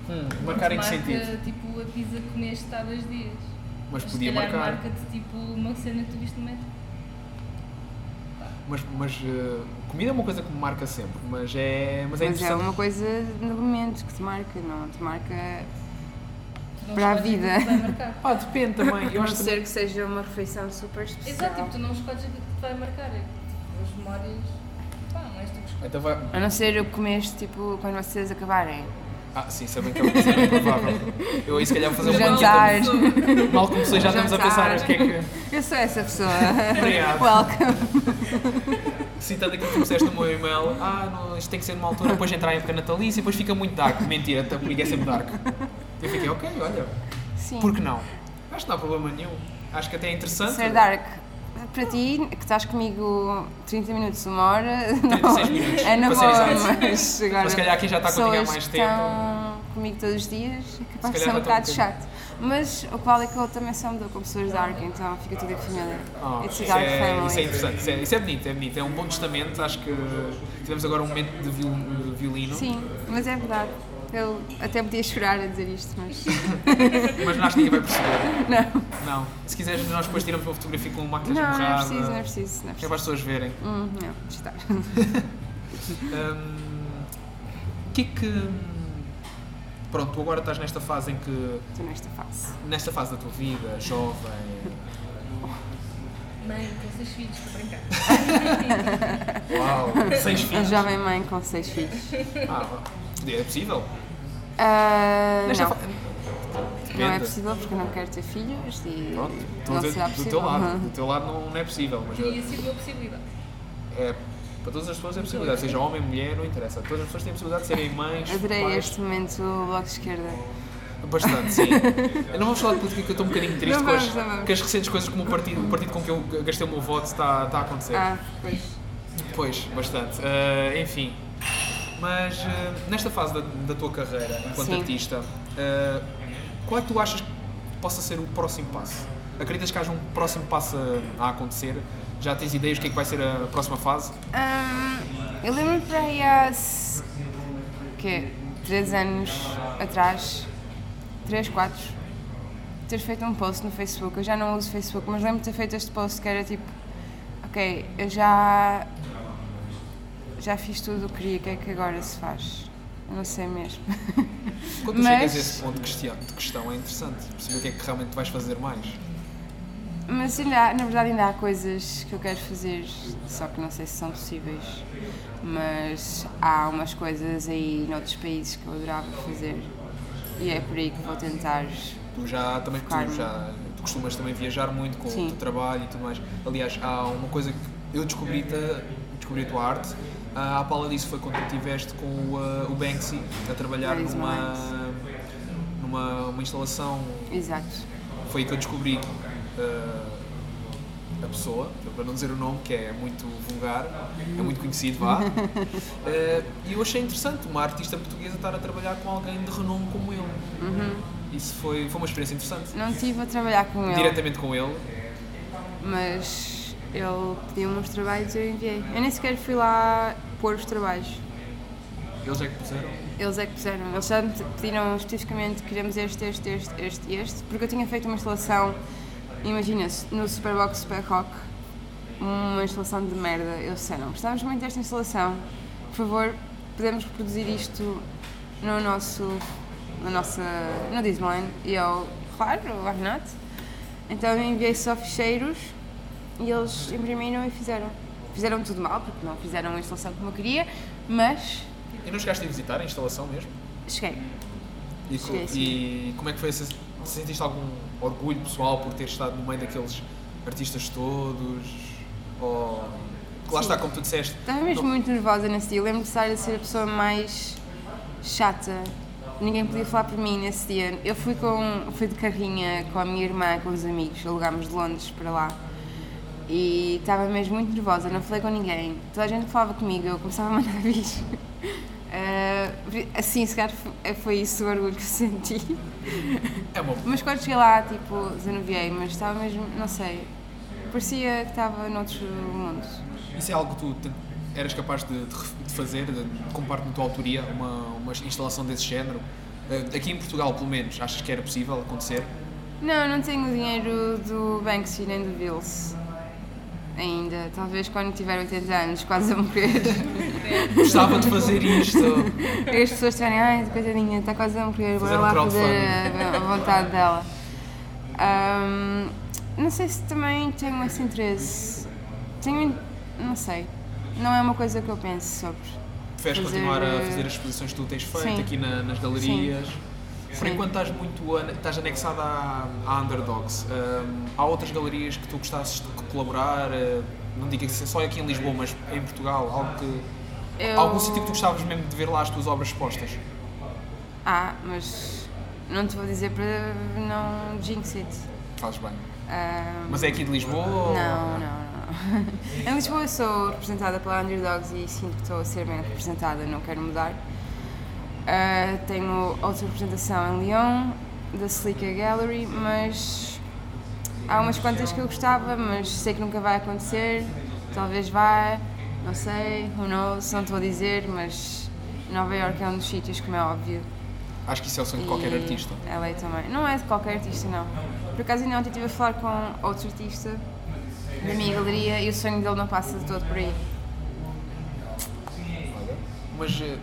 Hum, marcar em que
Marca,
sentido?
tipo, a pizza que comeste há dois dias.
Mas
se
podia
calhar
marcar.
marca-te, tipo, uma cena que tu viste no metro.
Mas, mas eh, comida é uma coisa que me marca sempre. Mas é, mas é
Mas é
interessante.
uma coisa no momento que te marca, não te marca
Tu não
Para a
escolhes
vida.
aquilo que te vai
um
<laughs>
marcar.
Pá, depende também. Eu
A
acho
<laughs> não
que
ser que seja uma refeição super especial.
Exato, tipo, tu não escolhes aquilo que te vai marcar. é que, tipo, As memórias. Pá, não és tu que escolhes.
Então vai...
A não ser eu comeste tipo quando vocês acabarem.
Ah, sim, sabem que é uma coisa bem provável. Eu aí se calhar vou fazer
O
um
jantar. <laughs>
Mal comecei, já estamos a pensar
Jantar.
o que é que.
Eu sou essa pessoa.
<laughs> Obrigado.
<laughs> Welcome.
citando aquilo que tu disseste no meu e-mail, ah, não, isto tem que ser numa altura, depois entrar em época natalícia e depois fica muito dark. Mentira, a política é sempre dark. Eu fiquei, ok, olha,
Sim.
por que não? Acho que não há problema nenhum. Acho que até é interessante.
Ser dark. Para ti, que estás comigo 30 minutos, uma hora,
36 minutos,
é na
para
boa,
ser
mas agora.
Mas se calhar quem já está contigo há
pessoas
mais
que
tempo-
estão comigo todos os dias, é capaz de
calhar vai
ser um
estar um
bocado
bocadinho.
chato. Mas o qual é que eu também só me dou com pessoas dark, então fica tudo em família.
Ah,
It's
isso,
a dark
é,
family.
isso é interessante, isso é, isso é bonito, é bonito. É um bom testamento. Acho que tivemos agora um momento de viol- violino,
Sim, mas é verdade. Eu até podia chorar a dizer isto, mas.
mas não acho que ninguém vai perceber.
<laughs> Não.
Não. Se quiseres, nós depois tiramos uma fotografia com máquinas
Não, não é
borradas.
preciso, não é preciso. Não é
Que é
preciso.
para as pessoas verem.
Hum, não, está.
Hum, O que é que. Pronto, tu agora estás nesta fase em que.
<laughs> Estou nesta fase.
Nesta fase da tua vida, jovem.
Mãe, com seis filhos, estou a brincar.
<laughs>
Uau! Seis
A
filhos.
É jovem mãe com seis filhos.
Ah, é possível?
Ah,
Nesta
não,
fa-
não é
Depende.
possível porque eu não quero ter filhos e
Pronto, estou a
não
dizer
será
do
possível. Uhum.
teu lado. Do teu lado não, não é possível, mas
Teria sido uma possibilidade.
é, para todas as pessoas é possibilidade, seja homem, mulher, não interessa. Todas as pessoas têm a possibilidade de serem mães,
Adorei
pais.
este momento do Bloco de Esquerda.
Bastante,
<laughs>
sim. Eu não vamos falar de política que eu estou um bocadinho triste
Não
com
vamos, não
as,
vamos.
com as recentes coisas como o partido, o partido com que eu gastei o meu voto está, está a acontecer.
Ah, pois.
Pois, bastante. Ah, enfim. Mas ah, nesta fase da, da tua carreira enquanto
Sim.
artista, ah, qual é que tu achas que possa ser o próximo passo? Acreditas que haja um próximo passo a, a acontecer? Já tens ideias do que é que vai ser a próxima fase?
Hum, eu lembro-me para aí há s- quê? 3 anos atrás, 3, 4, ter feito um post no Facebook. Eu já não uso Facebook, mas lembro-me de ter feito este post que era tipo: Ok, eu já, já fiz tudo o que queria, o que é que agora se faz? Eu não sei mesmo.
Quando tu
Mas-
chegas a esse ponto de questão, de questão, é interessante perceber o que é que realmente vais fazer mais.
Mas ainda há- na verdade ainda há coisas que eu quero fazer, só que não sei se são possíveis. Mas há umas coisas aí noutros países que eu adorava fazer e é por aí que vou tentar.
Tu já também tu
Claro.
já tu costumas também viajar muito com o
Sim.
teu trabalho e tudo mais. Aliás, há uma coisa que eu descobri -te, descobri a tua arte. Ah, a Paula disso foi quando tu estiveste com o, ah, o Banksy a trabalhar
Paris
numa, numa uma instalação.
Exato.
Foi aí que eu descobri ah, a pessoa, para não dizer o nome, que é muito vulgar, é muito conhecido, vá. Ah, E eu achei interessante uma artista portuguesa estar a trabalhar com alguém de renome como ele. Isso foi, foi uma experiência interessante
Não estive a trabalhar com ele,
diretamente com ele.
mas ele pediu-me uns trabalhos e eu enviei. Eu nem sequer fui lá pôr os trabalhos.
Eles é que puseram.
Eles é que puseram, eles já me pediram especificamente queremos este, este, este, este e este, porque eu tinha feito uma instalação, imagina-se, no Superbox Super Rock, uma instalação de merda. Eles disseram, precisamos muito desta instalação, por favor, podemos reproduzir isto no nosso, na nossa, no Disneyland. E eu, claro, why not? Então eu enviei só ficheiros e eles imprimiram e fizeram. Fizeram tudo mal, porque não fizeram a instalação como eu queria, mas
E não chegaste a visitar a instalação mesmo?
cheguei.
E,
Cheguei,
co-
sim.
e como é que foi? esse- Sentiste algum orgulho pessoal por ter estado no meio daqueles artistas todos? Ou... que Lá está, como tu disseste.
Estava Tá mesmo muito nervosa nesse dia. Eu lembro de estar a ser a pessoa mais chata. Ninguém podia falar por mim nesse dia. Eu fui, com, fui de carrinha com a minha irmã, com os amigos, alugámos de Londres para lá. E estava mesmo muito nervosa, não falei com ninguém. Toda a gente falava comigo, eu começava a mandar <laughs> vir. assim, se calhar foi- foi isso o orgulho que eu senti.
É uma
Mas quando cheguei lá, tipo, desanuviei, mas estava mesmo, não sei, parecia que estava noutro mundo.
Isso é algo que tu te- eras capaz de, de ref- de fazer, de, de comprar na tua autoria uma, uma instalação desse género? Eh, Aqui em Portugal, pelo menos, achas que era possível acontecer?
Não, não tenho o dinheiro do Banksy nem do Bills ainda. Talvez quando tiver 80 anos, quase a morrer.
Gostava de fazer isto!
E as pessoas estiverem, ai, coitadinha, está quase a
Fazer
morrer, bora
um
lá
crowdfunding."
fazer a, a vontade dela. Ahm, não sei se também tenho esse interesse. Tenho, não sei. Não é uma coisa que eu penso sobre.
Preferes
Fazer,
continuar a
eh,
fazer as exposições que tu tens feito
sim.
aqui na- nas galerias? Por
Sim.
enquanto estás muito an- estás anexada à, à Underdogs. Ahm, há outras galerias que tu gostasses de colaborar? Eh, não diga que seja só aqui em Lisboa, mas em Portugal, algo que.
Eu-
Algum sítio que tu gostavas mesmo de ver lá as tuas obras expostas?
Ah, mas não te vou dizer para não jinx it.
Fazes bem.
Ah,
Mas é aqui de Lisboa? ou-
não, não, não. <laughs> em Lisboa eu sou representada pela Underdogs e sinto que estou a ser bem representada, não quero mudar. Ah, tenho outra representação em Lyon, da Slicka Gallery, mas há umas quantas que eu gostava, mas sei que nunca vai acontecer. Talvez vá, não sei, who knows, não te vou dizer, mas Nova York é um dos sítios, como é óbvio,
Acho que isso é o sonho de qualquer
e
artista.
Ela é também. Não é de qualquer artista, não. Por acaso ainda ontem estive a falar com outro artista da minha galeria e o sonho dele não passa de todo por aí.
Mas. eh,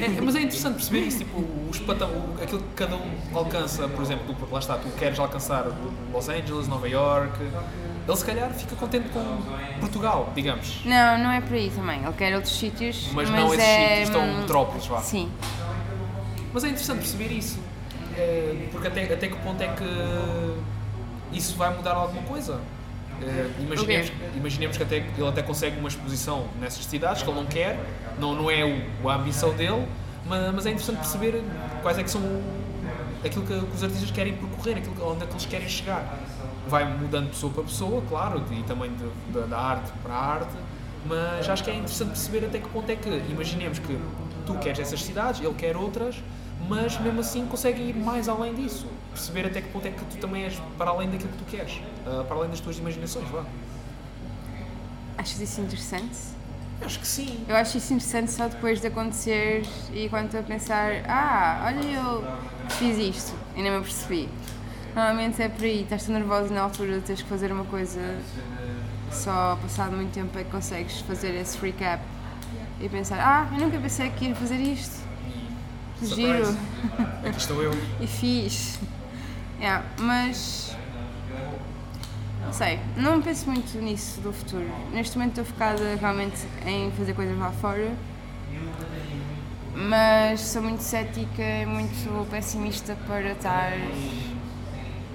é- mas é interessante perceber isso, tipo, os pata- o- aquilo que cada um alcança, por exemplo, tu, porque lá está, tu queres alcançar Los Angeles, Nova York, ele se calhar fica contente com Portugal, digamos.
Não, não é por aí também. Ele quer outros sítios.
Mas, não esses
é...
sítios, estão metrópoles, vá.
Sim.
Mas é interessante perceber isso, eh, porque até, até que ponto é que isso vai mudar alguma coisa? Eh, imaginemos, imaginemos que até, ele até consegue uma exposição nessas cidades que ele não quer, não, não é o, a ambição dele, mas, mas é interessante perceber quais é que são o- aquilo que, que os artistas querem percorrer, aquilo, que- onde é que eles querem chegar. Vai mudando de pessoa para pessoa, claro, e também de- da- da arte para a arte, mas acho que é interessante perceber até que ponto é que, imaginemos que tu queres essas cidades, ele quer outras, mas mesmo assim consegue ir mais além disso. Perceber até que ponto é que tu também és para além daquilo que tu queres, ah, para além das tuas imaginações, vá.
Achas isso interessante?
Acho que sim.
Eu acho isso interessante só depois de acontecer e quando estou a pensar, ah, olha eu fiz isto e nem me apercebi. Normalmente é por aí, estás tão nervosa na altura, tens que fazer uma coisa, só passado muito tempo é que consegues fazer esse recap e pensar, ah, eu nunca pensei que ia fazer isto,
E-
Giro.
Surprise. Aqui estou eu.
e fiz. Yeah, mas. Não sei, não penso muito nisso do futuro. Neste momento estou focada realmente em fazer coisas lá fora. Mas sou muito cética e muito pessimista para estar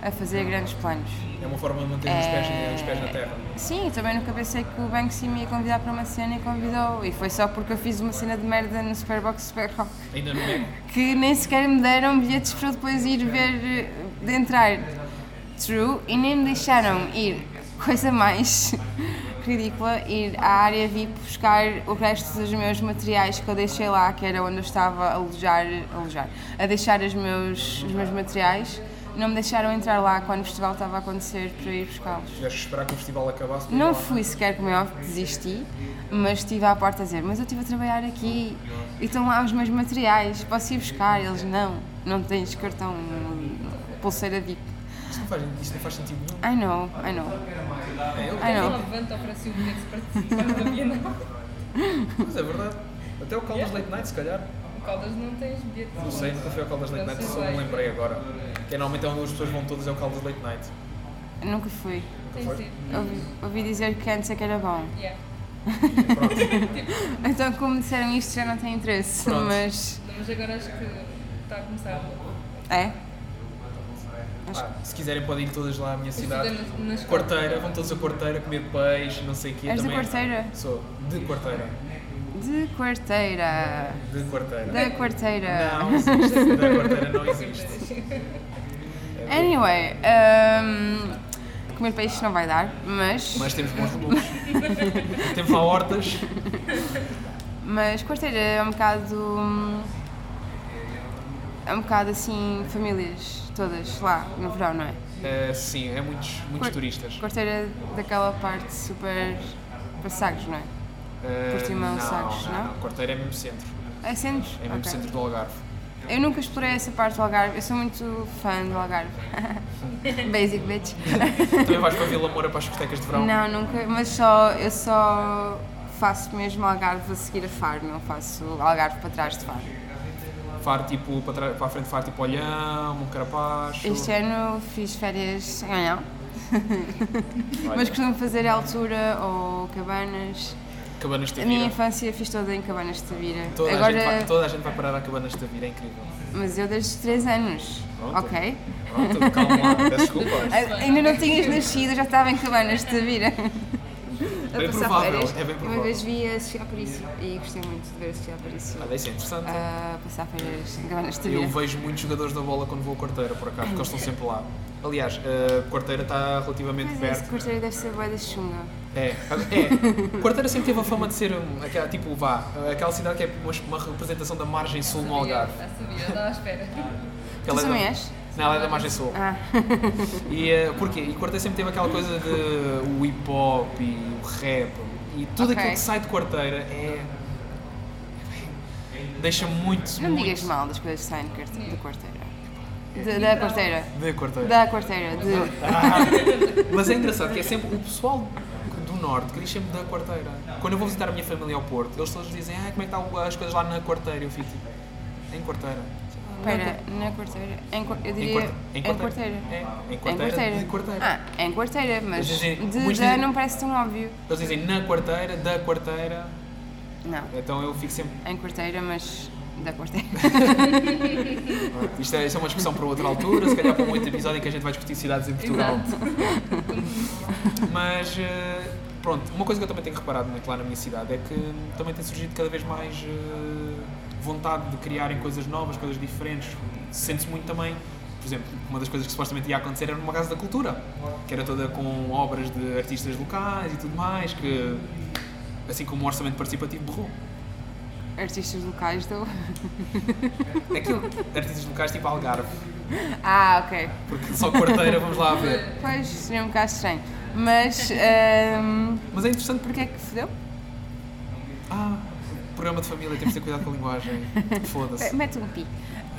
a fazer grandes planos.
É uma forma de manter os pés, os pés na terra.
Sim, também nunca pensei que o Banksy me ia convidar para uma cena e convidou. E foi só porque eu fiz uma cena de merda no Superbox Super Rock
Ainda não é.
que nem sequer me deram bilhetes para eu depois ir ver, eh, de entrar. True, e nem me deixaram ir, coisa mais <laughs> ridícula, ir à área VIP buscar o resto dos meus materiais que eu deixei lá, que era onde eu estava a alojar, a, alojar, a deixar os meus, os meus materiais. Não me deixaram entrar lá quando o festival estava a acontecer para ir buscá-los.
Tiveste que esperar que o festival acabasse. para ir
Não
lá.
fui sequer, como é óbvio, desisti, mas estive à porta a dizer: Mas eu estive a trabalhar aqui e estão lá os meus materiais, posso ir buscar? Eles: Não, não tens cartão, pulseira VIP.
Isso não faz, isso não faz sentido nenhum.
I know, I know,
É, eu-
I know.
Então, Levanta, oferece o bilhete para <laughs> participar da Bienal.
Mas é verdade. Até o Caldas Late Night, se calhar.
O Caldas não tens bilhete.
Não sei, nunca fui ao Caldas Late Night, só me lembrei agora. Que normalmente é onde as pessoas vão todas é o Caldas Late Night.
Nunca fui.
Tens de ir.
Ouvi, ouvi dizer que antes é que era bom.
Yeah.
Pronto.
<laughs> Então, como disseram isto, já não tem interesse,
Pronto.
mas.
Mas agora acho que está a começar.
Pá,
É?
Ah, se quiserem podem ir todas lá à minha
Estudei
cidade.
na- Tipo, nas
Quarteira, vão todos a quarteira comer peixe, não sei o quê.
És de
também. é
Quarteira?
Sou, de quarteira.
De quarteira.
De quarteira.
Da quarteira.
Não, existe. da quarteira não existe.
<laughs> Anyway, um, comer peixe não vai dar, mas, mas...
Mas temos bons
<laughs>
produtos. temos lá hortas.
quarteira é um bocado. hum, É um bocado assim, famílias todas lá no verão, não é?
Eh, sim, é muitos, muitos
Quar-
turistas.
Quarteira daquela parte super. para Sagres, não é?
Eh,
Portimão,
não,
Sagres,
não,
não?
não. Quarteira é mesmo centro.
É centros?
É mesmo
Ok.
centro do Algarve.
Eu nunca explorei essa parte do Algarve, eu sou muito fã do Algarve. <laughs> Basic bitch.
Também vais para Vila Moura para as discotecas de verão?
Não, nunca, mas só, eu só faço mesmo Algarve a seguir a Faro, não faço Algarve para trás de Faro.
Faro tipo, para, trás- para a frente faro tipo Olhão, um Carapacho.
Este ano fiz férias
<laughs>
em Anhão,
Olha,
mas costumo fazer a altura ou cabanas.
Cabanas de
A
Tavira.
minha infância fiz toda em cabanas de Tavira.
Toda, a gente vai,
Agora,
toda a gente vai parar a Cabanas de Tavira, é incrível.
mas eu desde os 3 anos,
Pronto.
ok?
Pronto, calma lá, peço desculpa.
A- Ainda não tinhas nascido, eu já estava em cabanas de
<laughs>
Tavira. A
Bem
passar
provável,
férias.
é bem provável.
Uma vez vi a Sofia Aparício e gostei muito de ver a Sofia Aparício
Olha, isso é interessante.
a passar férias em cabanas de
Eu
Tavira.
vejo muitos jogadores da bola quando vou a quarteira, por acaso, porque eles estão sempre lá. Aliás, a quarteira está relativamente
Mas é esse
perto.
quarteiro deve ser boa da chunga.
É, é. Quarteira sempre teve a fama de ser um, aquela, tipo, vá, aquela cidade que é uma, uma representação da margem sul no Algarve.
Ah, sabia, eu estava à espera.
Porque
Tu
ela é da-
também és?
Não, ela é da margem sul.
Ah.
E eh, porquê? E Quarteira sempre teve aquela coisa de o hip hop e o rap e tudo
Ok.
aquilo que sai de Quarteira é. deixa muito.
Não
muito É. Então.
digas mal das coisas que saem de quarte- de quarteira. De- Da quarteira.
De Quarteira.
Da quarteira. De...
Ah, mas é engraçado que é sempre o pessoal do Norte que diz sempre da Quarteira. Quando eu vou visitar a minha família ao Porto, eles todos dizem ah, como é que estão as coisas lá na Quarteira. Eu fico tipo, em Quarteira.
Espera, na quarteira. Em, quar- eu
Em
diria.
Quarteira.
Em quarteira.
É, em
Em
Quarteira.
quarteira.
De Quarteira.
Ah, em quarteira, mas
Mas assim, dizem-
de
muitos
da
dizem-
não parece tão óbvio.
Eles dizem na Quarteira, da Quarteira.
Não.
Então eu fico sempre.
Em quarteira, mas
<laughs>
da quarteira.
Isto é, isto é uma discussão para outra altura, se calhar para um outro episódio em que a gente vai discutir cidades em Portugal. Mas, eh, pronto, uma coisa que eu também tenho reparado muito lá na minha cidade é que também tem surgido cada vez mais eh, vontade de criarem coisas novas, coisas diferentes. Sente-se muito também, por exemplo, uma das coisas que supostamente ia acontecer era numa casa da cultura, que era toda com obras de artistas locais e tudo mais, que assim como o orçamento participativo borrou.
Artistas locais do.
Aquilo, artistas locais tipo Algarve,
<laughs> Ah, ok.
porque só quarteira, vamos lá ver.
Pois, seria um bocado estranho. Mas. ahm,
Mas é interessante porque.
porquê é que fodeu?
Ah, programa de família, temos de ter cuidado com a
<laughs>
linguagem. Foda-se.
Eh, Mete um pi. Hum,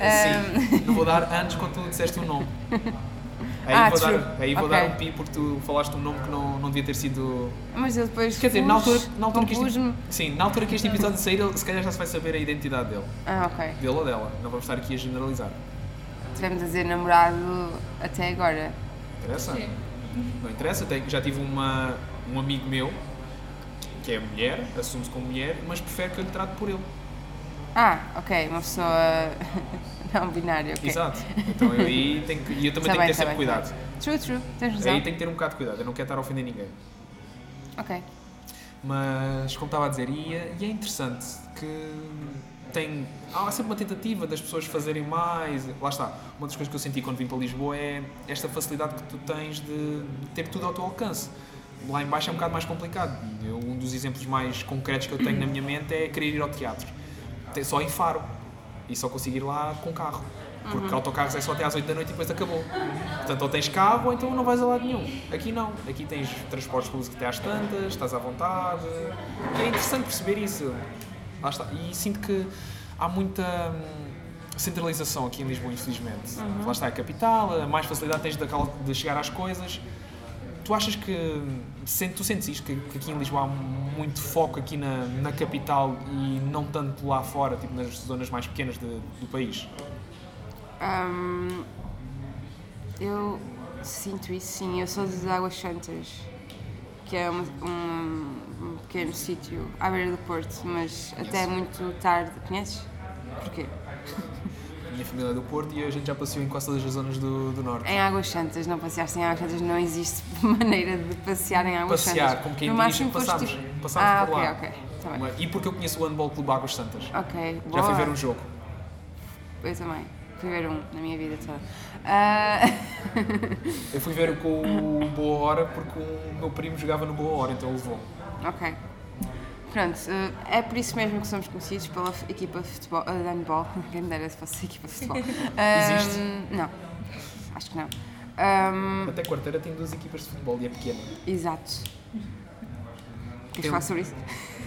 Ahm,
Sim, não vou dar antes quando tu disseste o
<laughs>
nome. Aí
Ah,
vou,
true.
dar, aí vou
Ok.
dar um pi porque tu falaste um nome que não, não devia ter sido.
Mas eu depois.
Quer dizer, na
pus,
altura, na altura que este,
compus-me.
sim, na altura que este episódio sair, ele- se calhar já se vai saber a identidade dele.
Ah, ok.
Dele ou dela. Não vamos estar aqui a generalizar.
Tivemos a dizer namorado até agora.
Interessa? Não interessa, tem- já tive uma, um amigo meu que é mulher, assume-se como mulher, mas prefere que eu lhe trate por ele.
Ah, ok, uma pessoa <laughs> não binária, ok.
Exato. Então eu
<laughs>
aí tenho que, e eu também
Tá
tenho
bem,
que ter
tá
sempre
bem.
cuidado.
True, true, tens razão.
Aí tem que ter um bocado de cuidado, eu não quero estar a ofender ninguém.
Ok.
Mas, como estava a dizer, e é, e é interessante que tem. Há sempre uma tentativa das pessoas fazerem mais. Lá está. Uma das coisas que eu senti quando vim para Lisboa é esta facilidade que tu tens de ter tudo ao teu alcance. Lá em baixo é um bocado mais complicado. Eu, um dos exemplos mais concretos que eu tenho na minha mente é querer ir ao teatro. Tem- Só em Faro. E só consigo ir lá com carro. Porque autocarros é só até às 8 da noite e depois acabou. Portanto, ou tens carro ou então não vais a lado nenhum. Aqui não. Aqui tens transportes públicos até às tantas, estás à vontade. E é interessante perceber isso. Lá está. E sinto que há muita hum, centralização aqui em Lisboa, infelizmente. Lá está a capital, a mais facilidade tens de, acal- de chegar às coisas. Tu achas que. sen- Tu sentes isto, que, que aqui em Lisboa há muito foco aqui na, na capital e não tanto lá fora, tipo nas zonas mais pequenas de- do país?
Ahm, Um, eu sinto isso sim, eu sou das Águas Santas, que é um, um- um pequeno sítio à beira do Porto, mas até muito tarde. Conheces? Porquê?
minha família é do Porto e a gente já passeou em quase todas as zonas do, do Norte.
Em Águas Santas, não passeaste em Águas Santas, não existe <laughs> maneira de passear em Águas
Passear,
Santas.
como quem
é No
diz,
máximo foste
passámos-
tipo-
passámos
ah,
por
ok,
lá.
ok. Tá bem.
E porque eu conheço o Handball Clube Águas Santas.
Ok,
Já fui
boa.
ver um jogo.
Eu também. Fui ver um na minha vida toda. Ah, <laughs>
Eu fui ver com o Boa Hora porque o meu primo jogava no Boa Hora, então ele levou.
ok. Pronto, eh, é por isso mesmo que somos conhecidos pela f- equipa de futebol, eh, de handball. <laughs> Quem me dera se fosse equipa de
<laughs>
futebol.
Existe?
Ahm, não, acho que não. Ahm,
Até quarteira tem duas equipas de futebol e é pequena.
exato. Queres
Eu-
falar sobre isso?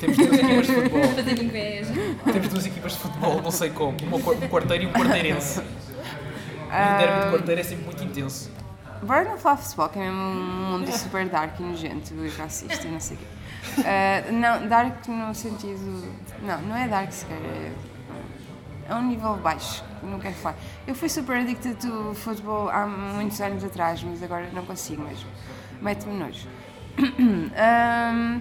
Temos duas equipas de
<laughs>
futebol.
Fazer um inveja.
Temos duas equipas de futebol, não sei como. Uma quar- um quarteiro e um quarteirense. E o
Ah,
derby de quarteiro é sempre muito intenso.
Bora não falar de futebol, que é mesmo um mundo super dark e nojento e racista e não sei o quê. Ah, não, dark no sentido. Não, não é dark sequer. É, é um nível baixo, que não quero falar. Eu fui super adicta do futebol há muitos anos atrás, mas agora não consigo mesmo. Mete-me nojo. <coughs> Ahm,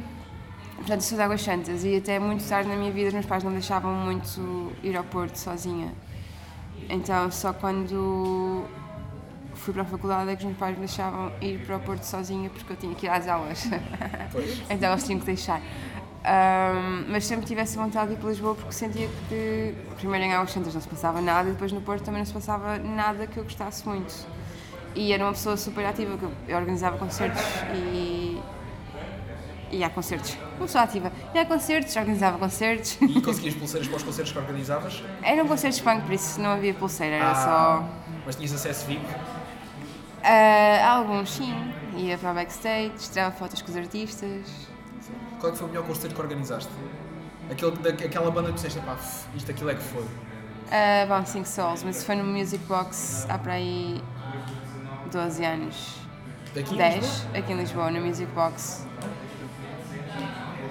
portanto, sou de Águas Santas e até muito tarde na minha vida os meus pais não me deixavam muito ir ao Porto sozinha. Então, só quando fui para a faculdade é que os meus pais me deixavam ir para o Porto sozinha porque eu tinha que ir às aulas. <laughs> então eles tinham que deixar. Ahm, mas sempre tive essa vontade de ir para Lisboa porque sentia que, primeiro, em Águas Santas não se passava nada e depois no Porto também não se passava nada que eu gostasse muito. E era uma pessoa super ativa, que eu- eu organizava concertos e. E há concertos. Uma pessoa ativa. E há concertos, organizava concertos. <laughs>
E conseguias pulseiras para os concertos que organizavas?
Eram concertos punk, por isso não havia pulseira, era só.
Mas tinhas acesso VIP?
Ah, alguns sim. Ia para a backstage, tirava fotos com os artistas.
Qual é que foi o melhor concerto que organizaste? Aquele, da, aquela banda que disseste, pá, f- isto aquilo é que foi.
Ah, bom, 5 Souls, mas foi no Music Box há para aí 12 anos.
Daqui
10 aqui em Lisboa, no Music Box.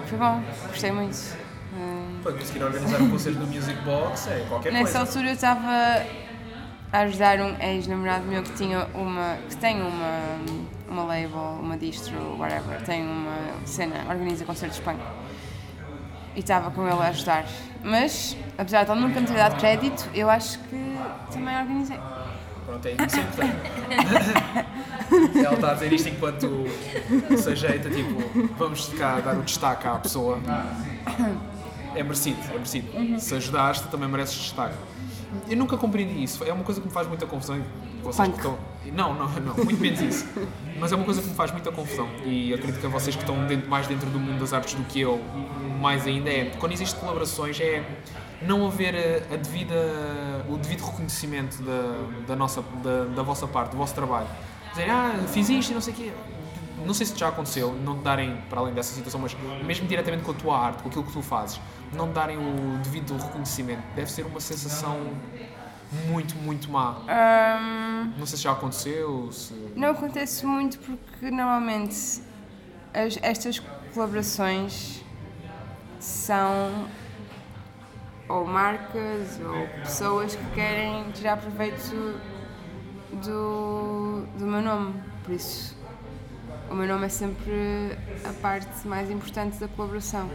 Foi bom, gostei muito. Ah,
Para conseguir organizar um concerto no Music Box é qualquer coisa.
Nessa altura eu estava a ajudar um ex-namorado meu que tinha uma. que tem uma, uma label, uma distro, whatever, tem uma cena, organiza concertos punk. E estava com ele a ajudar. Mas, apesar de ele nunca me ter dado crédito, eu acho que também organizei.
Pronto, é isso então. <laughs> Ela está a dizer isto enquanto se ajeita, tipo, vamos cá dar o destaque à pessoa. É merecido, é merecido. Se ajudaste, também mereces destaque. Eu nunca compreendi isso. É uma coisa que me faz muita confusão. e Vocês que
Punk.
estão... Não, não, não. Muito menos isso. Mas é uma coisa que me faz muita confusão. E acredito que a vocês que estão dentro- mais dentro do mundo das artes do que eu, mais ainda é. Quando existem colaborações, é não haver eh, a, a devida, o devido reconhecimento da, da, nossa, da, da vossa parte, do vosso trabalho. Dizer, ah, fiz isto e não sei o quê não sei se já aconteceu, não te darem, para além dessa situação, mas mesmo diretamente com a tua arte, com aquilo que tu fazes, não te darem o devido reconhecimento, deve ser uma sensação muito, muito má.
Ahm,
Não sei se já aconteceu, se...
Não acontece muito porque normalmente as- estas colaborações são ou marcas ou pessoas que querem tirar proveito do, do meu nome. Por isso, o meu nome é sempre a parte mais importante da colaboração.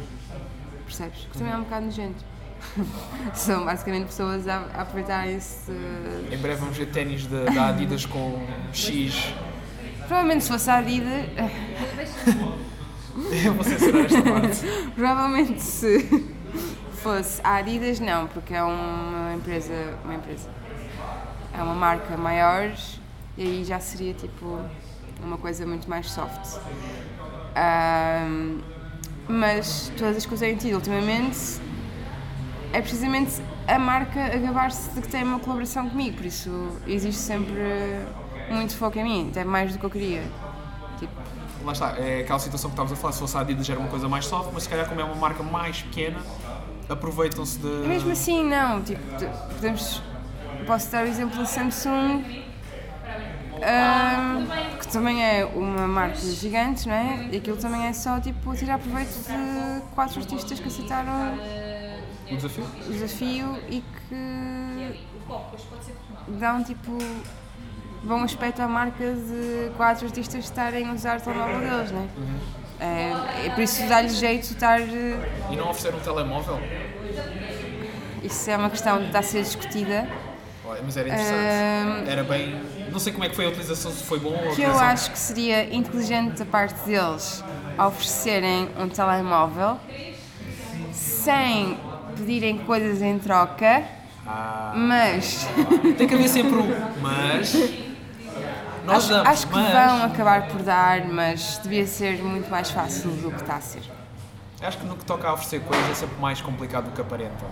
Percebes? Que também é um bocado nojento. <laughs> são basicamente pessoas a, a aproveitarem-se de-
Em breve vamos ver ténis da, da Adidas com X.
Provavelmente se fosse a Adidas,
Eu vou censurar esta parte.
<laughs> provavelmente se fosse a Adidas não, porque é uma empresa, uma empresa, é uma marca maior e aí já seria tipo uma coisa muito mais soft. Ahm, mas todas as que eu tenho tido ultimamente é precisamente a marca a gabar-se de que tem uma colaboração comigo, por isso existe sempre muito foco em mim, até mais do que eu queria. Tipo,
Lá está, é aquela situação que estavas a falar, se fosse a Adidas era uma coisa mais soft, mas se calhar como é uma marca mais pequena, aproveitam-se de...
Mesmo assim, não. Tipo, te- podemos. Posso dar o exemplo da Samsung, ahm, que também é uma marca gigante, não é? E aquilo também é só tipo tirar proveito de quatro artistas que aceitaram
O um desafio?
o desafio e que dão tipo bom aspecto à marca de quatro artistas estarem a usar o telemóvel deles, não é? É, é por isso dá-lhe jeito estar. eh,
E não oferecer um telemóvel?
isso é uma questão que está a ser discutida É,
Olha, Mas era interessante. Era bem. Não sei como é que foi a utilização, se foi bom ou
Ah, que eu acho que seria inteligente da parte deles oferecerem um telemóvel sem pedirem coisas em troca, mas
Tem que haver sempre um. Mas. Nós
acho,
damos,
acho que
mas.
vão acabar por dar, mas devia ser muito mais fácil do que está a ser.
Acho que no que toca a oferecer coisas é sempre mais complicado do que aparenta.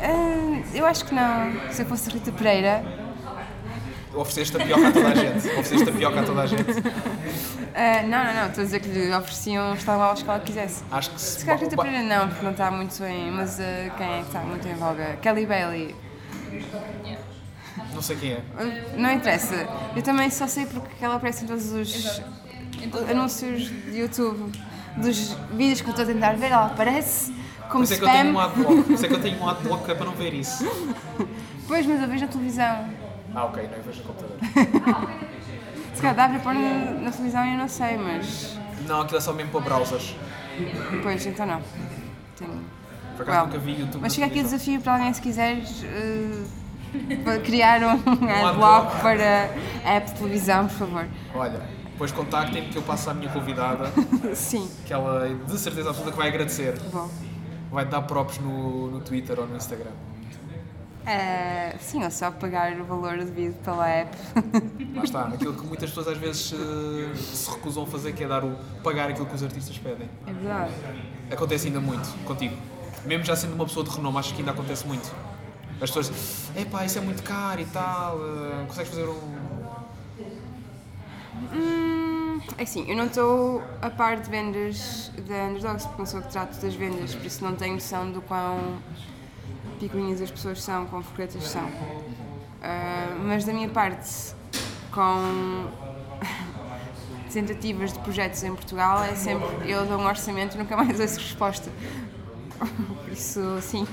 Ah, eu acho que não. Se eu fosse Rita Pereira,
Ofereceste tapioca a toda a gente. Ofereceste tapioca a toda a gente.
ah, não, não, não, estou a dizer que lhe ofereciam os telemóveis que ela quisesse.
Acho que se.
Se calhar Rita Pereira não, porque não está muito em. Mas ah, quem é que está muito em voga? Kelly Bailey.
Não sei quem
um
é.
Não interessa. Eu também só sei porque ela aparece em todos os anúncios de YouTube dos vídeos que eu estou a tentar ver, ela aparece
Por
como
isso é que eu tenho um
spam.
adblock. Por isso é que eu tenho um adblock que é para não ver isso.
Pois, mas eu vejo na televisão.
Ah, ok, não eu vejo no computador.
Se calhar dá para pôr na, na televisão e eu não sei, mas.
Não, aquilo é só mesmo para browsers.
Pois, então não. Tenho.
Por acaso
Well,
nunca vi YouTube.
Mas
na
fica aqui o
televisão.
desafio para alguém, se quiseres, eh, para criar
<laughs>
um adblock
adblock.
para a app de televisão, por favor.
Olha, depois contactem-me que eu passo à minha convidada,
Sim,
que ela de certeza absoluta que vai agradecer.
bom.
Vai dar props no, no Twitter ou no Instagram.
Eh, sim, ou só pagar o valor devido pela app.
Lá está, aquilo que muitas pessoas às vezes eh, se recusam a fazer, que é dar o pagar aquilo que os artistas pedem.
É verdade.
Acontece ainda muito contigo. Mesmo já sendo uma pessoa de renome, acho que ainda acontece muito. As pessoas dizem, epá, isso é muito caro e tal, eh, consegues fazer um.
Hum, é assim, eu não estou a par de vendas da Underdogs, porque não sou eu que trato das vendas, por isso não tenho noção do quão picuinhas as pessoas são, quão frequentes são. Ah, mas da minha parte, com <laughs> tentativas de projetos em Portugal, é sempre eu dou um orçamento e nunca mais ouço resposta. <laughs> Por isso, sim.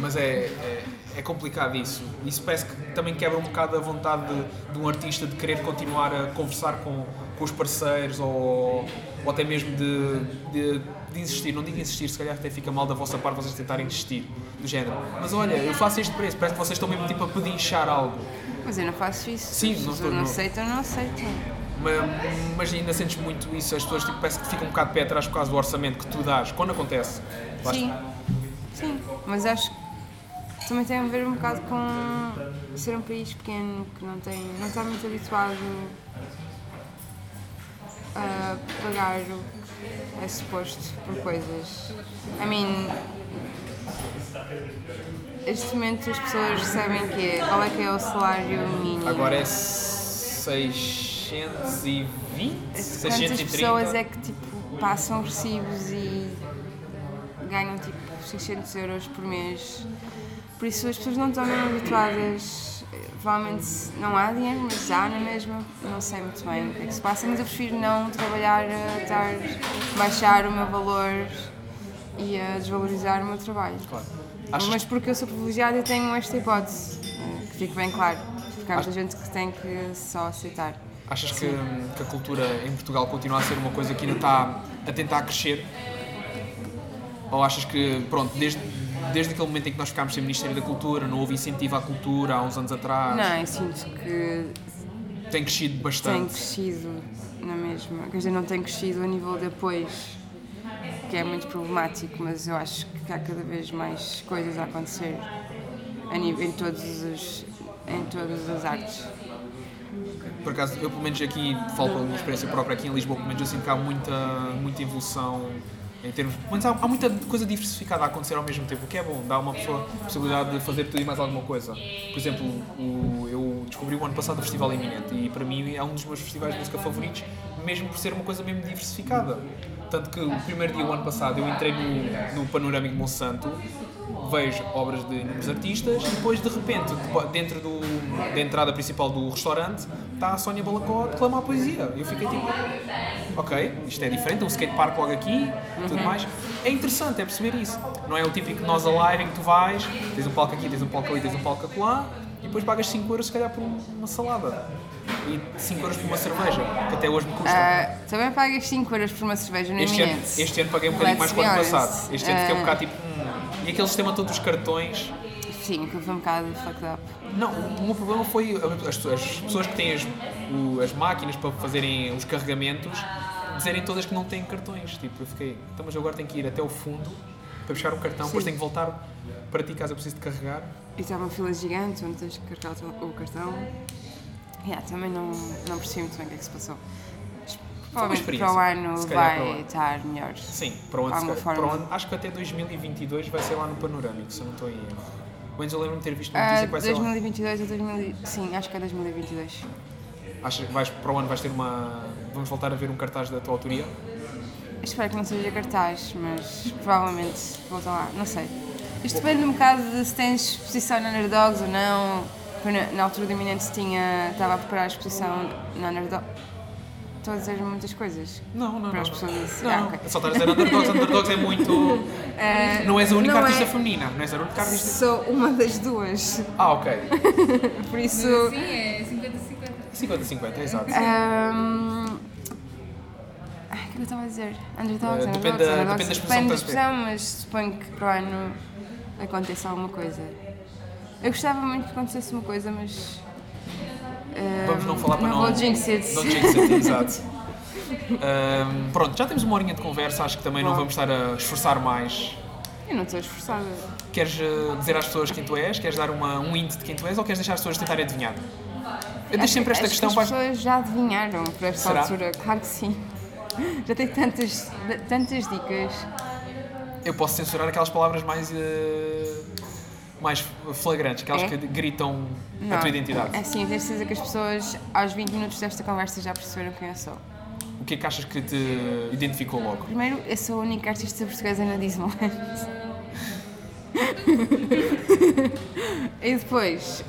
Mas é, é, é complicado isso. Isso parece que também quebra um bocado a vontade de, de um artista de querer continuar a conversar com, com os parceiros ou, ou até mesmo de, de, de insistir. Não digo insistir, se calhar até fica mal da vossa parte vocês tentarem insistir, do género. Mas olha, eu faço este preço, parece que vocês estão mesmo tipo a pedinchar algo.
Mas eu não faço isso.
Sim, não
Se
estou-
eu não
não-
aceito, eu não aceito.
Ma- Mas, ainda sentes muito isso, as pessoas tipo, parece que ficam um bocado de pé atrás por causa do orçamento que tu dás. Quando acontece? Lá
Sim, sim, mas acho que também tem a ver um bocado com ser um país pequeno que não, tem, não está muito habituado a pagar o que é suposto por coisas. I mean, neste momento as pessoas recebem que é, qual é que é o salário mínimo.
Agora é 620?
Quantas pessoas é que tipo, passam recibos e ganham tipo 600 euros por mês? Por isso as pessoas não estão mesmo habituadas. eh, Provavelmente não há dinheiro, mas há na mesma. Não sei muito bem o que é que se passa, mas eu prefiro não trabalhar a estar, baixar o meu valor e a desvalorizar o meu trabalho.
Claro. Achas-
Mas porque eu sou privilegiada, eu tenho esta hipótese, eh, que fique bem claro. Porque há muita gente que tem que só aceitar.
Achas que, que a cultura em Portugal continua a ser uma coisa que ainda está a tentar crescer? Ou achas que, pronto, desde, desde aquele momento em que nós ficámos sem Ministério da Cultura, não houve incentivo à cultura há uns anos atrás,
Não, eu sinto que
tem crescido
tem
bastante?
crescido na mesma. Quer dizer, não tem crescido a nível de apoios, que é muito problemático, mas eu acho que há cada vez mais coisas a acontecer a nível, em, todos os, em todas as artes.
Por acaso, eu pelo menos aqui, falo pela minha experiência própria aqui em Lisboa, pelo menos eu sinto que há muita, muita evolução em termos... Mas há, há muita coisa diversificada a acontecer ao mesmo tempo, o que é bom, dá a uma pessoa a possibilidade de fazer tudo e mais alguma coisa. Por exemplo, o- eu descobri o ano passado o Festival Iminente e para mim é um dos meus festivais de música favoritos, mesmo por ser uma coisa mesmo diversificada. Tanto que o primeiro dia, o ano passado, eu entrei no, no Panorâmico Monsanto vejo obras de inúmeros artistas e depois de repente depo- dentro do, da entrada principal do restaurante está a Sónia Balacó a declamar poesia eu fiquei tipo ok isto é diferente um skatepark logo aqui tudo mais é interessante é perceber isso não é o típico nós alive em que tu vais tens um palco aqui tens um palco ali tens um palco acolá e depois pagas 5 euros se calhar por um- uma salada e 5 euros por uma cerveja que até hoje me custa
Ah, também pagas 5 euros por uma cerveja no
este ano,
Eminente.
este ano paguei um bocadinho
Let's
mais que o ano
be honest.
passado. Este ano fiquei um
Ah,
bocado tipo. hum. E aquele sistema todo dos cartões.
Sim, aquilo foi um bocado fucked up.
Não, o meu problema foi as, pessoas- as pessoas que têm as, o- as máquinas para fazerem os carregamentos dizerem todas que não têm cartões. Tipo, eu fiquei, então, mas eu agora tenho que ir até o fundo para puxar o cartão, depois tenho que voltar para ti caso eu precise de carregar.
E está uma fila gigante onde tens que carregar o teu- o cartão. Yeah, também não, não percebi muito bem o que é que se passou. Mas Provavelmente para o
experiência.
ano
Se calhar para o
vai
ano.
estar melhor.
Sim, para onde,
Há
se-
uma
para
forma.
onde- acho que até 2022 vai ser lá no Panorâmico, se eu não estou em erro. Pelo menos eu lembro-me de ter visto uma notícia
Ah,
que vai ser lá.
2022 ou 2000. Sim, acho que é 2022.
Achas que vais, para o ano vais ter uma. Vamos voltar a ver um cartaz da tua autoria?
Espero que não seja cartaz, mas provavelmente voltam lá, não sei. Isto depende um bocado de se tens exposição na Nerdogs ou não. Eu Na, na altura do Iminente tinha, estava a preparar a exposição na Nerdogs. Estou a dizer muitas coisas.
Não, não, não.
Para as
não.
pessoas-
Não,
Ah,
não.
ok.
Só estás a dizer underdogs, underdogs é muito.
Eh,
Não és a única
não
artista
é-
feminina. Não és a única artista.
Ah, Sou uma das duas,
Ah, ok.
por isso.
Sim, é 50-50.
50-50, exato.
ahm, ai, o que é que eu estava a dizer? Underdogs,
Eh,
underdogs,
depende da-
underdogs.
depende da exposição
Depende da
que estás
expressão, mas suponho que para o ano aconteça alguma coisa. Eu gostava muito que acontecesse uma coisa, mas. ahm,
Vamos não falar para não.
É, vou jinx it.
Não jinx it, exato. Ahm, pronto, já temos uma horinha de conversa, acho que também não
Bom.
vamos estar a esforçar mais.
Eu não estou esforçada.
Queres eh, dizer às pessoas quem tu és? Queres dar uma, um hint de quem tu és ou queres deixar as pessoas tentarem adivinhar? Eu deixo sempre esta
Acho
questão
que
para
As pessoas já adivinharam por esta
Será?
altura, claro que sim. Já tenho tantas, tantas dicas.
Eu posso censurar aquelas palavras mais. eh, mais flagrantes, aquelas
É?
que gritam a
Não,
tua identidade.
É sim, tenho certeza que as pessoas aos 20 minutos desta conversa já perceberam quem eu sou.
O que é que achas que te identificou logo?
Primeiro, eu sou a única artista portuguesa na Disneyland. e depois,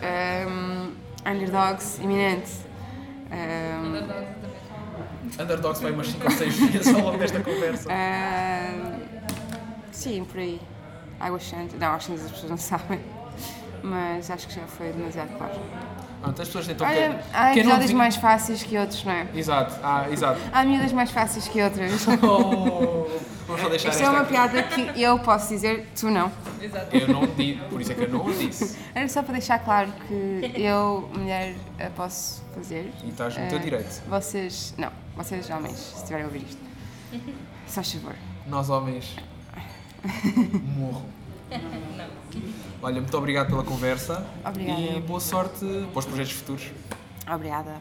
um, Underdogs, iminente. Um,
Underdogs vai umas 5 ou 6 vezes ao longo desta conversa.
um, sim, por aí. Águas Santas. Não, acho que as pessoas não <laughs> sabem. Mas acho que já foi demasiado claro.
Pronto, as pessoas tentam.
Olha,
que- quem
há
não
episódios
adivinha-
mais fáceis que outros, não é?
Exato, ah, exato.
Há miúdas mais fáceis que outras.
<laughs> Oh, vamos só deixar
Isto
esta
é uma
aqui.
piada que eu posso dizer, tu não.
Exato.
Eu não digo, por isso é que eu não o disse.
Era só para deixar claro que eu, mulher, a posso fazer.
E estás no teu
Eh,
direito.
Vocês, não, vocês homens, se estiverem a ouvir isto. Só favor.
Nós homens.
<laughs>
Morro. Olha, muito obrigado pela conversa.
Obrigada.
E boa sorte para os projetos futuros.
Obrigada.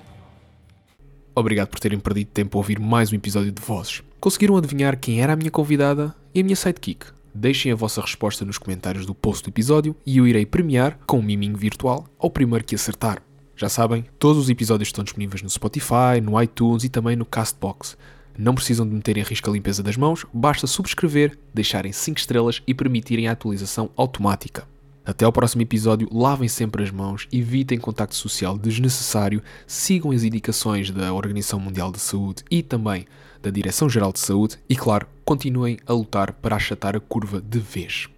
Obrigado por terem perdido tempo a ouvir mais um episódio de Vozes. Conseguiram adivinhar quem era a minha convidada e a minha sidekick? Deixem a vossa resposta nos comentários do post do episódio e eu irei premiar com um miminho virtual ao primeiro que acertar. Já sabem, todos os episódios estão disponíveis no Spotify, no iTunes e também no Castbox. Não precisam de meter em risco a limpeza das mãos, basta subscrever, deixarem 5 estrelas e permitirem a atualização automática. Até ao próximo episódio, lavem sempre as mãos, evitem contacto social desnecessário, sigam as indicações da Organização Mundial de Saúde e também da Direção-Geral de Saúde e, claro, continuem a lutar para achatar a curva de vez.